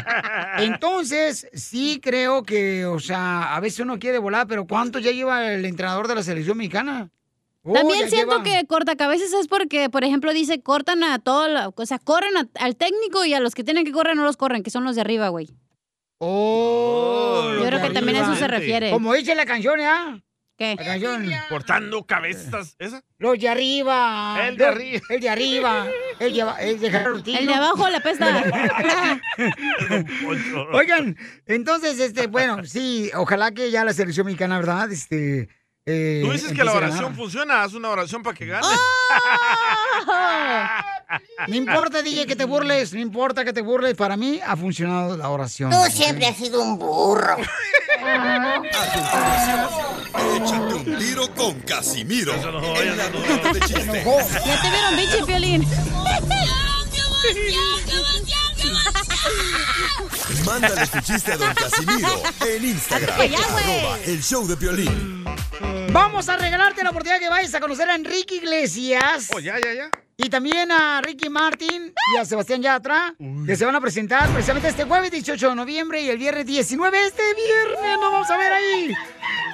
B: Entonces, sí creo que, o sea, a veces uno quiere volar, pero ¿cuánto ya lleva el entrenador de la selección mexicana? Oh,
F: También
B: ya
F: siento
B: lleva.
F: que cortacabezas es porque, por ejemplo, dice cortan a todo, la- o sea, corren a- al técnico y a los que tienen que correr no los corren, que son los de arriba, güey.
B: Oh,
F: Yo creo que también a eso se refiere.
B: Como dice la canción, ¿ah?
F: ¿Qué?
B: La canción.
C: Cortando cabezas. ¿Esa?
B: Los de arriba.
C: El de arriba.
B: El de arriba. El de, aba- el de Gerardo Ortiz,
F: El de
B: ¿no?
F: abajo la pesta.
B: Oigan, entonces, este, bueno, sí, ojalá que ya la selección mexicana, ¿verdad? Este. eh,
C: Tú dices que
B: empiece
C: la
B: a
C: oración
B: ganar.
C: funciona, haz una oración para que
F: ¡Oh!
C: gane.
B: No importa, DJ, que te burles, no importa que te burles. Para mí ha funcionado la oración.
V: Tú siempre has sido un burro.
I: Échate un tiro con Casimiro. En la ruleta de chistes.
F: Ya te vieron, biche, Piolín.
I: Mándale tu chiste a don Casimiro en Instagram.
B: Hazte ya, güey.
I: arroba el show de Piolín.
B: Vamos a regalarte la oportunidad que vayas a conocer a Enrique Iglesias.
C: Oh, ya, ya, ya.
B: Y también a Ricky Martin y a Sebastián Yatra, que se van a presentar precisamente este jueves 18 de noviembre y el viernes 19. Este viernes nos vamos a ver ahí.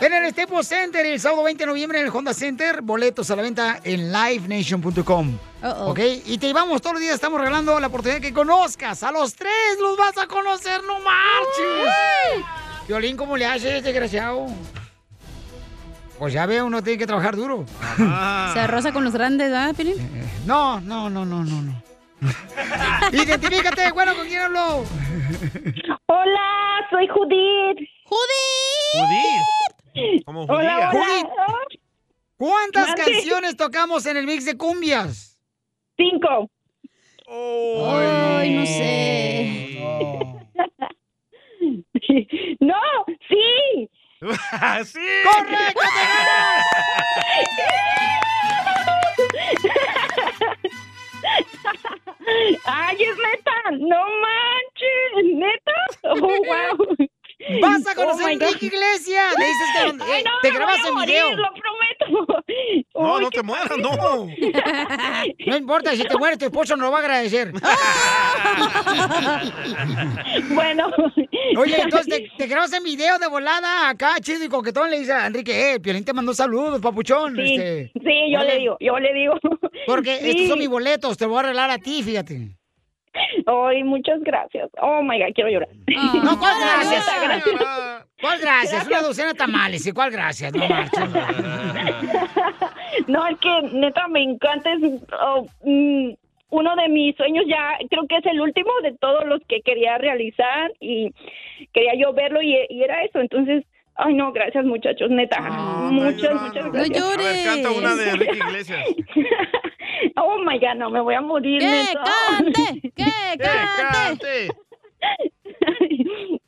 B: En el Staples Center, el sábado 20 de noviembre en el Honda Center. Boletos a la venta en livenation.com.
V: Uh-oh.
B: ¿Ok? Y te llevamos todos los días, estamos regalando la oportunidad que conozcas. A los tres los vas a conocer, no marches. Violín, ¿cómo le haces, desgraciado? Pues ya veo, uno tiene que trabajar duro.
F: Se arroza con los grandes, ¿verdad, Piolín?
B: Eh, No, no, no, no, no, no. Identifícate, bueno, ¿con quién hablo?
W: Hola, soy Judith.
B: ¡Judith!
C: Como
W: Hola, hola.
B: ¿cuántas
W: Mande.
B: canciones tocamos en el mix de cumbias?
W: Cinco.
B: Ay, no
W: sé. No, sí.
C: ¡Sí!
V: ¡Correcto,
W: Ay, es neta. No manches. Neta. Oh, wow.
B: Vas a conocer a
W: Oh, my
B: Enrique
W: God.
B: Iglesias. Le dices que donde-
W: Ay, no,
B: te
W: me
B: grabas
W: voy a
B: en
W: morir,
B: video.
W: Lo prometo.
C: No,
W: Uy,
C: no
W: qué
C: te mueras,
W: padre.
C: no.
B: No importa, si te mueres tu esposo no lo va a agradecer.
W: bueno.
B: Oye, entonces te, te grabas en video de volada acá, chido y coquetón. Le dice a Enrique, eh, Piolín te mandó saludos, papuchón. este.
W: Sí, sí, yo le digo, yo le digo.
B: Porque
W: Sí.
B: estos son mis boletos, te voy a arreglar a ti, fíjate.
W: Hoy, muchas gracias. Oh my God, quiero llorar.
B: No, ¿cuál gracias?
W: Está
B: ¿Cuál gracias? Una docena de tamales. ¿Y cuál gracias? No marches.
W: No, es que neta me encanta. Es oh, mm, uno de mis sueños ya, creo que es el último de todos los que quería realizar y quería yo verlo y, y era eso. Entonces, ay no, gracias muchachos, neta. muchas, muchas gracias.
V: Ah, No llores. A ver, canta una de Enrique
W: Iglesias. oh my God, no, me voy a morir.
V: ¡Que
W: neta.
V: cante!
W: ¡Que cante!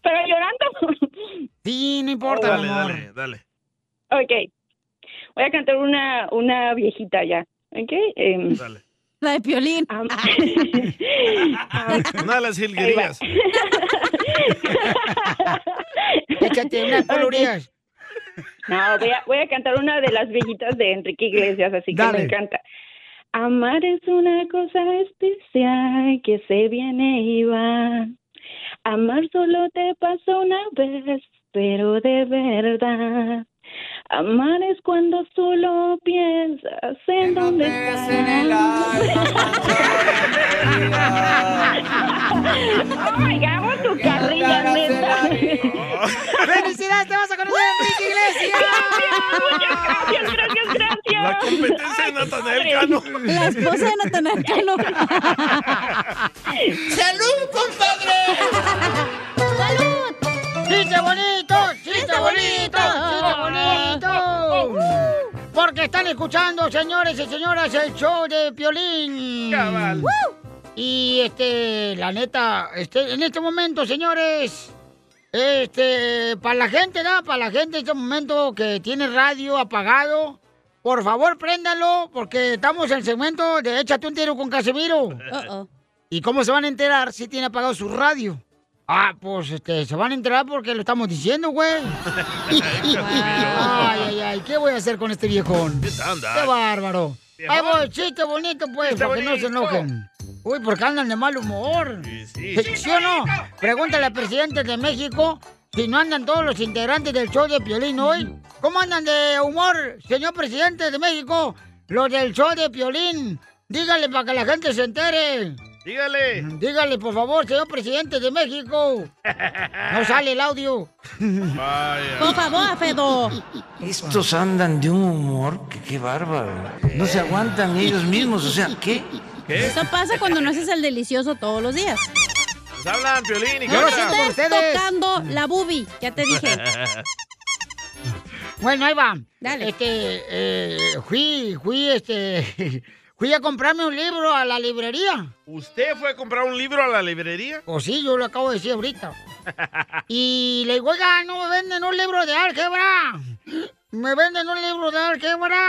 W: Pero llorando.
B: Sí, no importa,
C: Dale,
B: mi amor.
C: dale, dale.
W: Ok. Voy a cantar una, una viejita ya. ¿Ok? em.
F: La de Piolín.
W: Ah,
F: Ah.
C: Una de las jilguerías.
B: Échate unas colorías.
W: No, voy a, voy a cantar una de las viejitas de Enrique Iglesias, así que
V: Dale.
W: me encanta. Amar es una cosa especial que se viene y va. Amar solo te pasa una vez, pero de verdad. Amar es cuando solo piensas en dónde estás. oh my God, amo tu carrilla, neta.
B: ¡Felicidades! ¡Te vas a conocer a Enrique Iglesias!
W: Gracias, gracias, gracias.
C: La competencia de Natanael Cano.
F: La esposa de Natanael Cano.
V: ¡Salud, compadre! ¡Salud!
B: ¡Chiste bonito! ¡Chiste bonito! ¡Chiste bonito! Porque están escuchando, señores y señoras, el show de Piolín.
V: Cabal.
B: ¡Woo! Y este, la neta, este, en este momento, señores, este, para la gente, ¿no? Para la gente, en este momento que tiene radio apagado, por favor, préndalo, porque estamos en el segmento de Échate un tiro con Casemiro. ¿Y cómo se van a enterar si tiene apagado su radio? Ah, pues este, se van a enterar porque lo estamos diciendo, güey. ay, ay, ay, ¿qué voy a hacer con este viejón?
V: ¿Qué tal, Dad?
B: Qué bárbaro.
V: Viejón.
B: Ahí voy, chiste bonito, pues,
V: Chiste
B: para que no se
V: bonito.
B: enojen. Uy, porque andan de mal humor.
V: sí.
B: ¿Sí o no? Pregúntale al presidente de México si no andan todos los integrantes del show de Piolín hoy. ¿Cómo andan de humor, señor presidente de México? Los del show de Piolín. Dígale para que la gente se entere.
C: Dígale.
B: Dígale, por favor, señor presidente de México. No sale el audio.
F: Por favor, Fedo.
Y: Estos andan de un humor que qué bárbaro. No se aguantan ellos mismos, o sea, ¿qué?
F: Eso pasa cuando no haces el delicioso todos los días.
C: Nos hablan, Piolín y
F: No
C: Carla.
F: estés tocando la bubi, ya te dije.
B: Bueno, ahí va. Este, eh, fui, fui, este, fui a comprarme un libro a la librería.
C: ¿Usted fue a comprar un libro a la librería?
B: O sí, yo lo acabo de decir ahorita. Y le digo, oiga, no me venden un libro de álgebra. Me venden un libro de álgebra.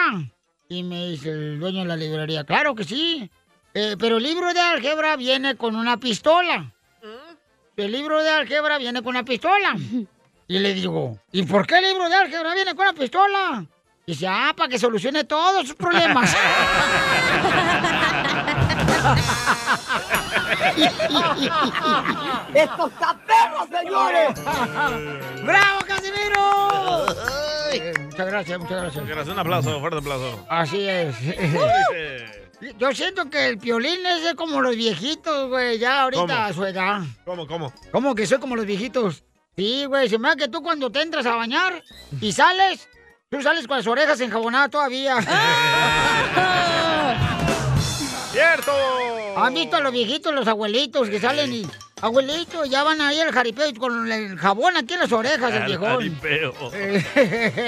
B: Y me dice el dueño de la librería, claro que sí. Eh, pero el libro de álgebra viene con una pistola. El libro de álgebra viene con una pistola. Y le digo, ¿y por qué el libro de álgebra viene con una pistola? Y dice, ah, para que solucione todos sus problemas.
V: ¡Estos taperos, señores!
B: ¡Bravo, Casimiro! Eh, muchas gracias, muchas gracias.
C: Gracias, un aplauso, fuerte aplauso.
B: Así es.
C: Dice,
B: Yo siento que el piolín es como los viejitos, güey, ya ahorita
C: ¿Cómo?
B: a su edad.
C: ¿Cómo, cómo?
B: ¿Cómo que soy como los viejitos? Sí, güey, se me da que tú cuando te entras a bañar y sales, tú sales con las orejas enjabonadas todavía.
C: ¡Cierto!
B: ¿Han visto a los viejitos, los abuelitos que salen y... Abuelito, ya van ahí al jaripeo y con el jabón aquí en las orejas, el
C: Al
B: viejón.
C: jaripeo.
F: Uh.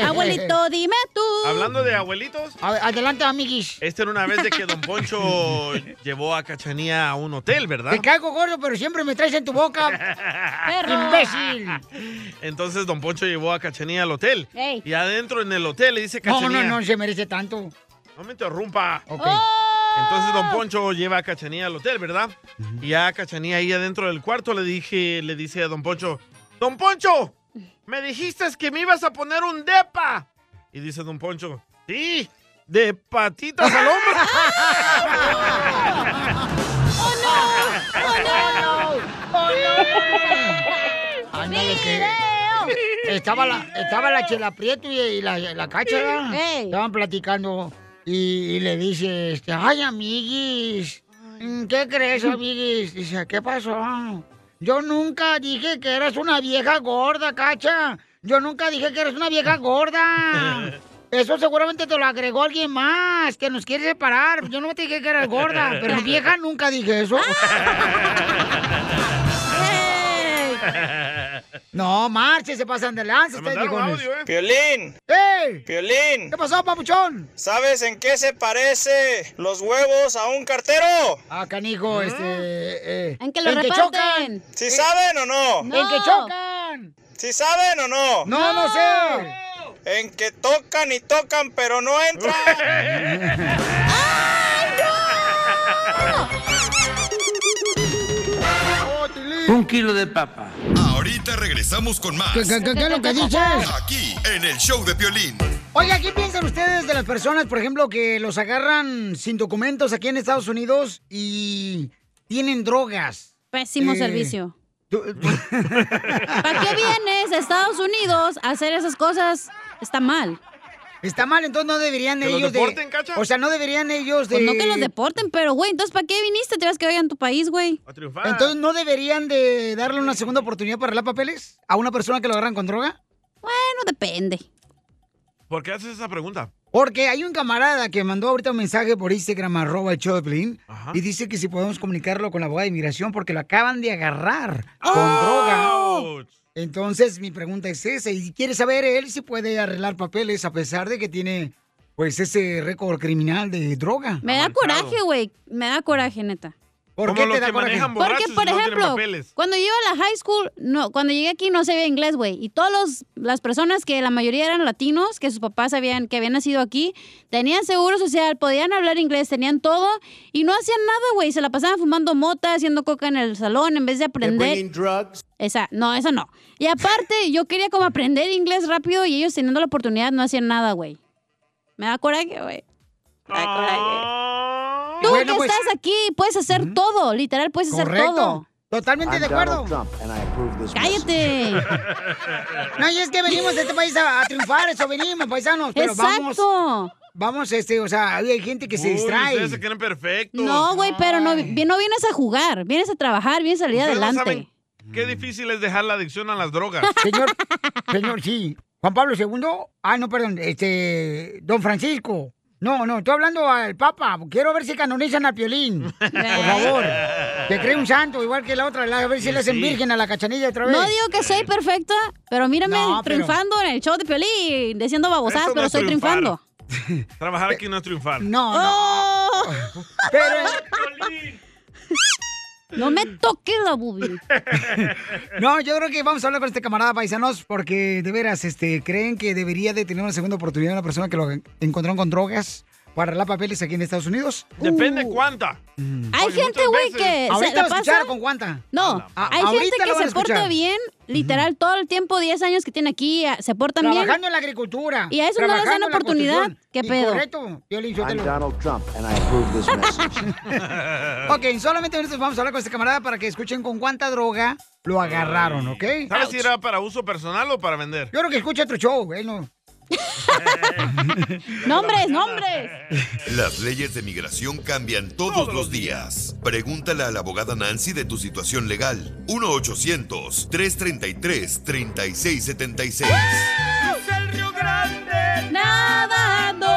F: Abuelito, dime tú.
C: Hablando de abuelitos,
B: Adelante, amiguis.
C: esta era una vez de que Don Poncho llevó a Cachanía a un hotel, ¿verdad?
B: Te caigo gordo, pero siempre me traes en tu boca.
C: ¡Perro!
B: ¡Imbécil!
C: Entonces Don Poncho llevó a Cachanía al hotel. Y adentro en el hotel le dice
B: No,
C: Cachanía.
B: no, no, se merece tanto.
C: No me interrumpa.
B: Ok.
F: Oh.
C: Entonces Don Poncho lleva a Cachanía al hotel, ¿verdad? Y a Cachanía ahí adentro del cuarto le dije, le dice a Don Poncho, Don Poncho, me dijiste que me ibas a poner un depa. Y dice Don Poncho, sí, de patitas al hombro.
V: ¡Oh, no! ¡Oh, no! ¡Oh, no!
B: Ándale, que- Estaba la, estaba la Chela Prieto y, y la, la Cacha, ¿verdad? Estaban platicando y, y le dice, este, ay, amiguis, Mm, ¿Qué crees, amiguis? Dice, ¿qué pasó? Yo nunca dije que eras una vieja gorda, cacha. Yo nunca dije que eres una vieja gorda. Eso seguramente te lo agregó alguien más, que nos quiere separar. Yo no te dije que eras gorda, pero vieja nunca dije eso. No, marche, se pasan de lanza, ustedes viejones.
L: Piolín.
B: ¿eh? ¡Ey!
L: Piolín.
B: ¿Qué pasó, papuchón?
L: ¿Sabes en qué se parece los huevos a un cartero? Mm.
B: Ah, canijo, este... eh,
F: En que lo reparten.
L: ¿Sí saben o no?
B: En que chocan.
L: ¿Sí saben o no?
B: No, no sé.
L: En que tocan y tocan, pero no entran.
B: Oh,
J: Un kilo de papa.
I: Ahorita regresamos con más.
B: ¿Qué- qué- qué- qué es lo que dices?
I: Aquí, en el show de Piolín.
B: Oiga, ¿qué piensan ustedes de las personas, por ejemplo, que los agarran sin documentos aquí en Estados Unidos y tienen drogas?
F: Pésimo
B: Eh,
F: servicio.
B: tú-
F: ¿Para qué vienes a Estados Unidos a hacer esas cosas? Está mal.
B: Está mal, entonces no deberían
F: ¿Que los
B: ellos
F: deporten,
B: de...
F: cacha?
B: O sea, no deberían ellos de...
F: Pues no que los deporten, pero güey, entonces ¿para qué viniste? Te vas que vayan a tu país, güey.
B: Entonces, ¿no deberían de darle una segunda oportunidad para arreglar papeles a una persona que lo agarran con droga?
F: Bueno, depende.
C: ¿Por qué haces esa pregunta?
B: Porque hay un camarada que mandó ahorita un mensaje por Instagram, arroba el show de Piolín, y dice que si podemos comunicarlo con la abogada de inmigración porque lo acaban de agarrar con droga. Entonces, mi pregunta es esa, y quiere saber él si puede arreglar papeles a pesar de que tiene, pues, ese récord criminal de droga.
F: Me da coraje, güey. Me da coraje, neta.
B: ¿Por Ah, Como qué te los da que coraje? manejan borrachos
F: Porque, por
B: y no tienen
F: ejemplo,
B: papeles.
F: cuando yo iba a la high school, no, cuando llegué aquí no sabía inglés, güey. Y todas los- las personas que la mayoría eran latinos, que sus papás habían, que habían nacido aquí, tenían seguro social, podían hablar inglés, tenían todo y no hacían nada, güey. Se la pasaban fumando mota, haciendo coca en el salón en vez de aprender. Esa, no, esa no. Y aparte, yo quería como aprender inglés rápido y ellos teniendo la oportunidad no hacían nada, güey. Me da coraje, güey. Tú
B: Bueno,
F: que
B: pues-
F: estás aquí, puedes hacer todo, literal, puedes hacer todo.
B: Correcto. Totalmente de acuerdo.
F: ¡Cállate!
B: No, y es que venimos de este país a, a triunfar, eso venimos, paisanos. Pero vamos. Vamos, este, o sea, hay gente que se
C: Uy,
B: distrae.
C: Ustedes se creen perfectos.
F: No, güey, pero no, vi- no vienes a jugar, vienes a trabajar, vienes a salir
C: Ustedes no
F: adelante.
C: saben Qué
B: Mm.
C: difícil es dejar la adicción a las drogas.
B: Señor, señor, sí. Juan Pablo II. Ah, no, perdón. Este, don Francisco. No, no, estoy hablando al Papa. Quiero ver si canonizan al Piolín. Por favor. Que cree un santo, igual que la otra. la- A ver si
F: Sí,
B: le hacen
F: sí.
B: virgen a la cachanilla otra vez.
F: No digo que soy perfecta, pero mírame
B: No, pero-
F: triunfando en el show de Piolín, diciendo babosadas,
C: Eso no
F: pero
C: es
F: estoy
C: triunfar.
F: triunfando. Oh.
C: Trabajar aquí no es triunfar.
B: No, no. Pero...
F: No me toques la bubi.
B: No, yo creo que vamos a hablar con este camarada paisanos porque de veras este, creen que debería de tener una segunda oportunidad una persona que lo encontraron con drogas para arreglar papeles aquí en Estados Unidos.
C: Depende
B: Uh.
C: cuánta.
F: Hay
B: Porque
F: gente,
B: muchas
F: güey,
B: veces-
F: que
B: Ahorita
F: se
B: vas
F: la
B: a escuchar
F: pasa-
B: con Juanta.
F: No,
B: A-
F: hay
B: ahorita
F: gente
B: la
F: que
B: van a
F: se porta
B: escuchar.
F: bien, literal, todo el tiempo, 10 años que tiene aquí, a- se portan bien.
B: Trabajando en la agricultura.
F: Y a eso no les dan
B: trabajando en la
F: oportunidad.
B: construcción.
F: ¿Qué pedo?
B: Correcto. Piolín, yo te
M: I'm
B: lo-
M: Donald Trump, and I approve this message.
B: Ok, solamente minutos vamos a hablar con este camarada para que escuchen con cuánta droga lo agarraron, ¿ok?
C: ¿Sabes si era para uso personal o para vender?
B: Yo creo que escucha otro show, güey, no.
F: Nombres, nombres.
I: Las leyes de migración cambian todos, los días. Pregúntale a la abogada Nancy de tu situación legal. 1-800-333-3676.
F: Nadando.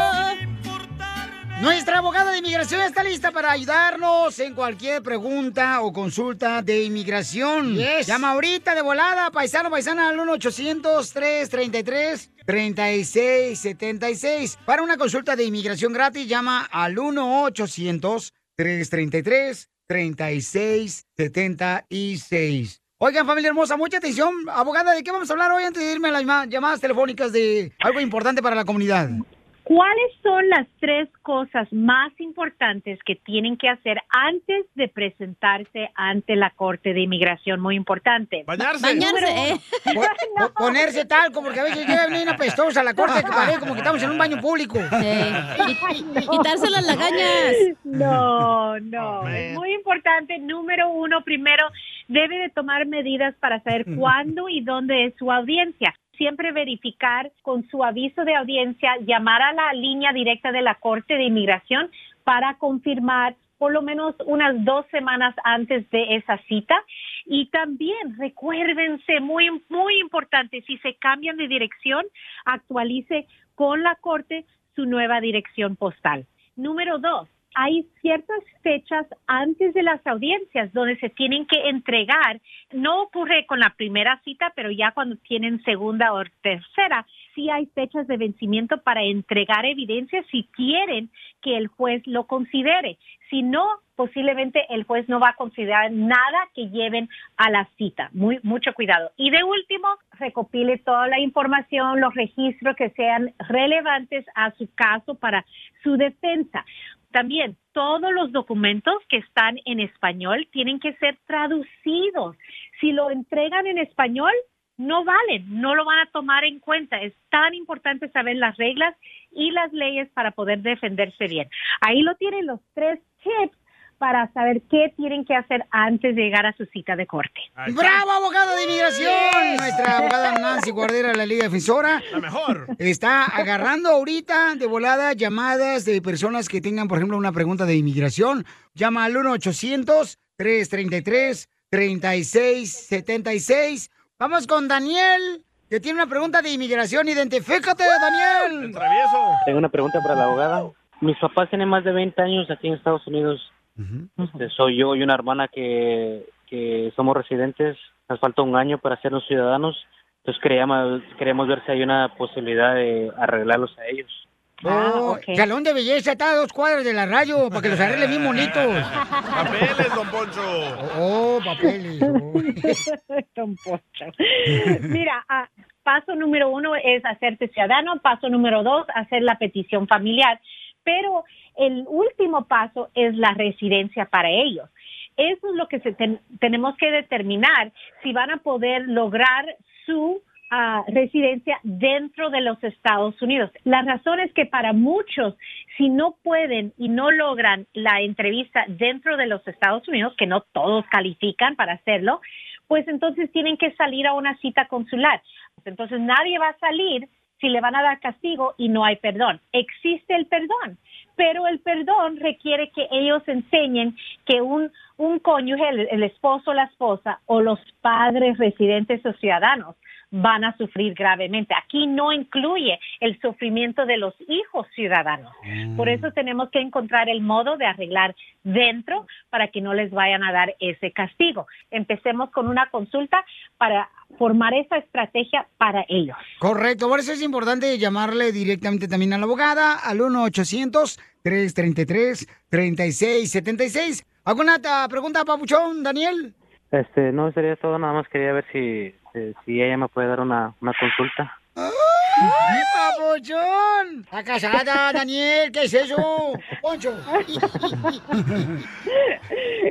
B: Nuestra abogada de inmigración está lista para ayudarnos en cualquier pregunta o consulta de inmigración. Llama ahorita de volada, paisano, paisana, al 1-800-333-3676. Para una consulta de inmigración gratis, llama al 1-800-333-3676. Oigan, familia hermosa, mucha atención. Abogada, ¿de qué vamos a hablar hoy antes de irme a las llama- llamadas telefónicas de algo importante para la comunidad?
N: ¿Cuáles son las tres cosas más importantes que tienen que hacer antes de presentarse ante la Corte de Inmigración? Muy importante. eh.
B: eh. Po- po- ponerse talco, porque a veces llega una pestosa a la corte que parece como que estamos en un baño público.
N: Quitarse las lagañas. No, no. es muy importante. Número uno, primero, debe de tomar medidas para saber cuándo y dónde es su audiencia. Siempre verificar con su aviso de audiencia, llamar a la línea directa de la Corte de Inmigración para confirmar por lo menos unas dos semanas antes de esa cita. Y también recuérdense, muy, muy importante, si se cambian de dirección, actualice con la corte su nueva dirección postal. Número dos, hay ciertas fechas antes de las audiencias donde se tienen que entregar. No ocurre con la primera cita, pero ya cuando tienen segunda o tercera, sí hay fechas de vencimiento para entregar evidencia si quieren que el juez lo considere. Si no, posiblemente el juez no va a considerar nada que lleven a la cita. Muy, mucho cuidado. Y de último, recopile toda la información, los registros que sean relevantes a su caso para su defensa. También todos los documentos que están en español tienen que ser traducidos. Si lo entregan en español, no valen, no lo van a tomar en cuenta. Es tan importante saber las reglas y las leyes para poder defenderse bien. Ahí lo tienen los tres tips para saber qué tienen que hacer antes de llegar a su cita de corte.
B: ¡Bravo, abogado de inmigración! Nuestra abogada Nancy Guardera de la Liga Defensora.
C: La mejor.
B: Está agarrando ahorita de volada llamadas de personas que tengan, por ejemplo, una pregunta de inmigración. Llama al 1-800-333-3676. Vamos con Daniel, que tiene una pregunta de inmigración. Identifícate, Daniel.
C: Travieso.
O: Tengo una pregunta para la abogada. Mis papás tienen más de 20 años aquí en Estados Unidos. Este, soy yo y una hermana que, que somos residentes. Nos falta un año para sernos ciudadanos. Entonces queríamos, queremos ver si hay una posibilidad de arreglarlos a ellos.
B: Ah, Salón de belleza está a dos cuadras de la radio para que los arregle bien bonitos.
C: Papeles, don Poncho.
B: Oh, papeles.
N: Don Poncho. Mira, ah, paso número uno es hacerte ciudadano, paso número dos, hacer la petición familiar, pero el último paso es la residencia para ellos. Eso es lo que se ten- tenemos que determinar si van a poder lograr su ah, residencia dentro de los Estados Unidos. La razón es que para muchos, si no pueden y no logran la entrevista dentro de los Estados Unidos, que no todos califican para hacerlo, pues entonces tienen que salir a una cita consular. Entonces nadie va a salir si le van a dar castigo y no hay perdón. Existe el perdón, pero el perdón requiere que ellos enseñen que un, un cónyuge, el, el esposo, la esposa o los padres residentes o ciudadanos van a sufrir gravemente. Aquí no incluye el sufrimiento de los hijos ciudadanos. Por eso tenemos que encontrar el modo de arreglar dentro para que no les vayan a dar ese castigo. Empecemos con una consulta para formar esa estrategia para ellos.
B: Correcto, por eso es importante llamarle directamente también a la abogada al 1-800-333-3676. ¿Alguna ta- pregunta, Papuchón, Daniel?
O: Este, no, sería todo. Nada más quería ver si, eh, si ella me puede dar una, una consulta.
B: ¡Ay, Papuchón! ¡Está casada, Daniel! ¿Qué es eso? ¡Poncho!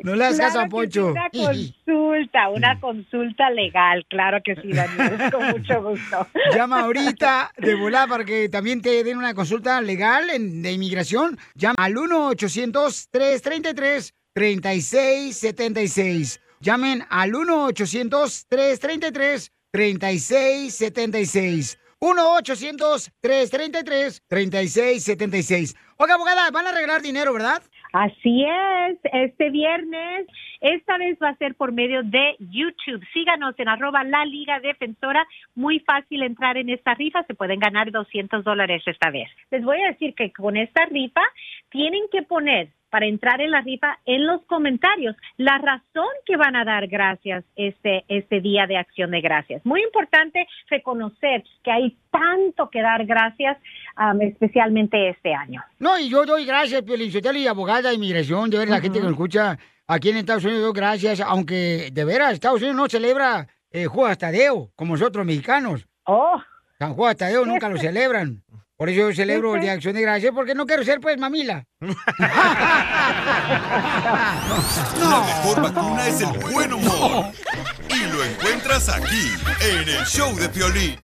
B: No le hagas caso a
N: que
B: Poncho. Mm.
N: sí, Una consulta, una consulta legal, claro que sí, Daniel, con mucho gusto.
B: Llama ahorita de volada para que también te den una consulta legal en- de inmigración. Llama al 1-800-333-3676. Llamen al 1-800-333-3676. 1-800-333-3676. Oiga, abogada, van a arreglar dinero, ¿verdad?
N: Así es, este viernes, esta vez va a ser por medio de YouTube. Síganos en arroba la Liga Defensora. Muy fácil entrar en esta rifa, se pueden ganar 200 dólares esta vez. Les voy a decir que con esta rifa tienen que poner para entrar en la rifa en los comentarios la razón que van a dar gracias este, este día de acción de gracias. Muy importante reconocer que hay tanto que dar gracias, am, especialmente este año.
B: No, y yo doy gracias, Piolinsotelo y abogada de inmigración, de ver la gente que nos escucha aquí en Estados Unidos, doy gracias, aunque de veras Estados Unidos no celebra eh, Judas Tadeo, como nosotros mexicanos.
N: Oh.
B: San Judas Tadeo nunca lo celebran. Por eso yo celebro el Día de Acción de Gracias, porque no quiero ser pues mamila.
I: La mejor vacuna es el buen humor. Y lo encuentras aquí, en el show de Piolín.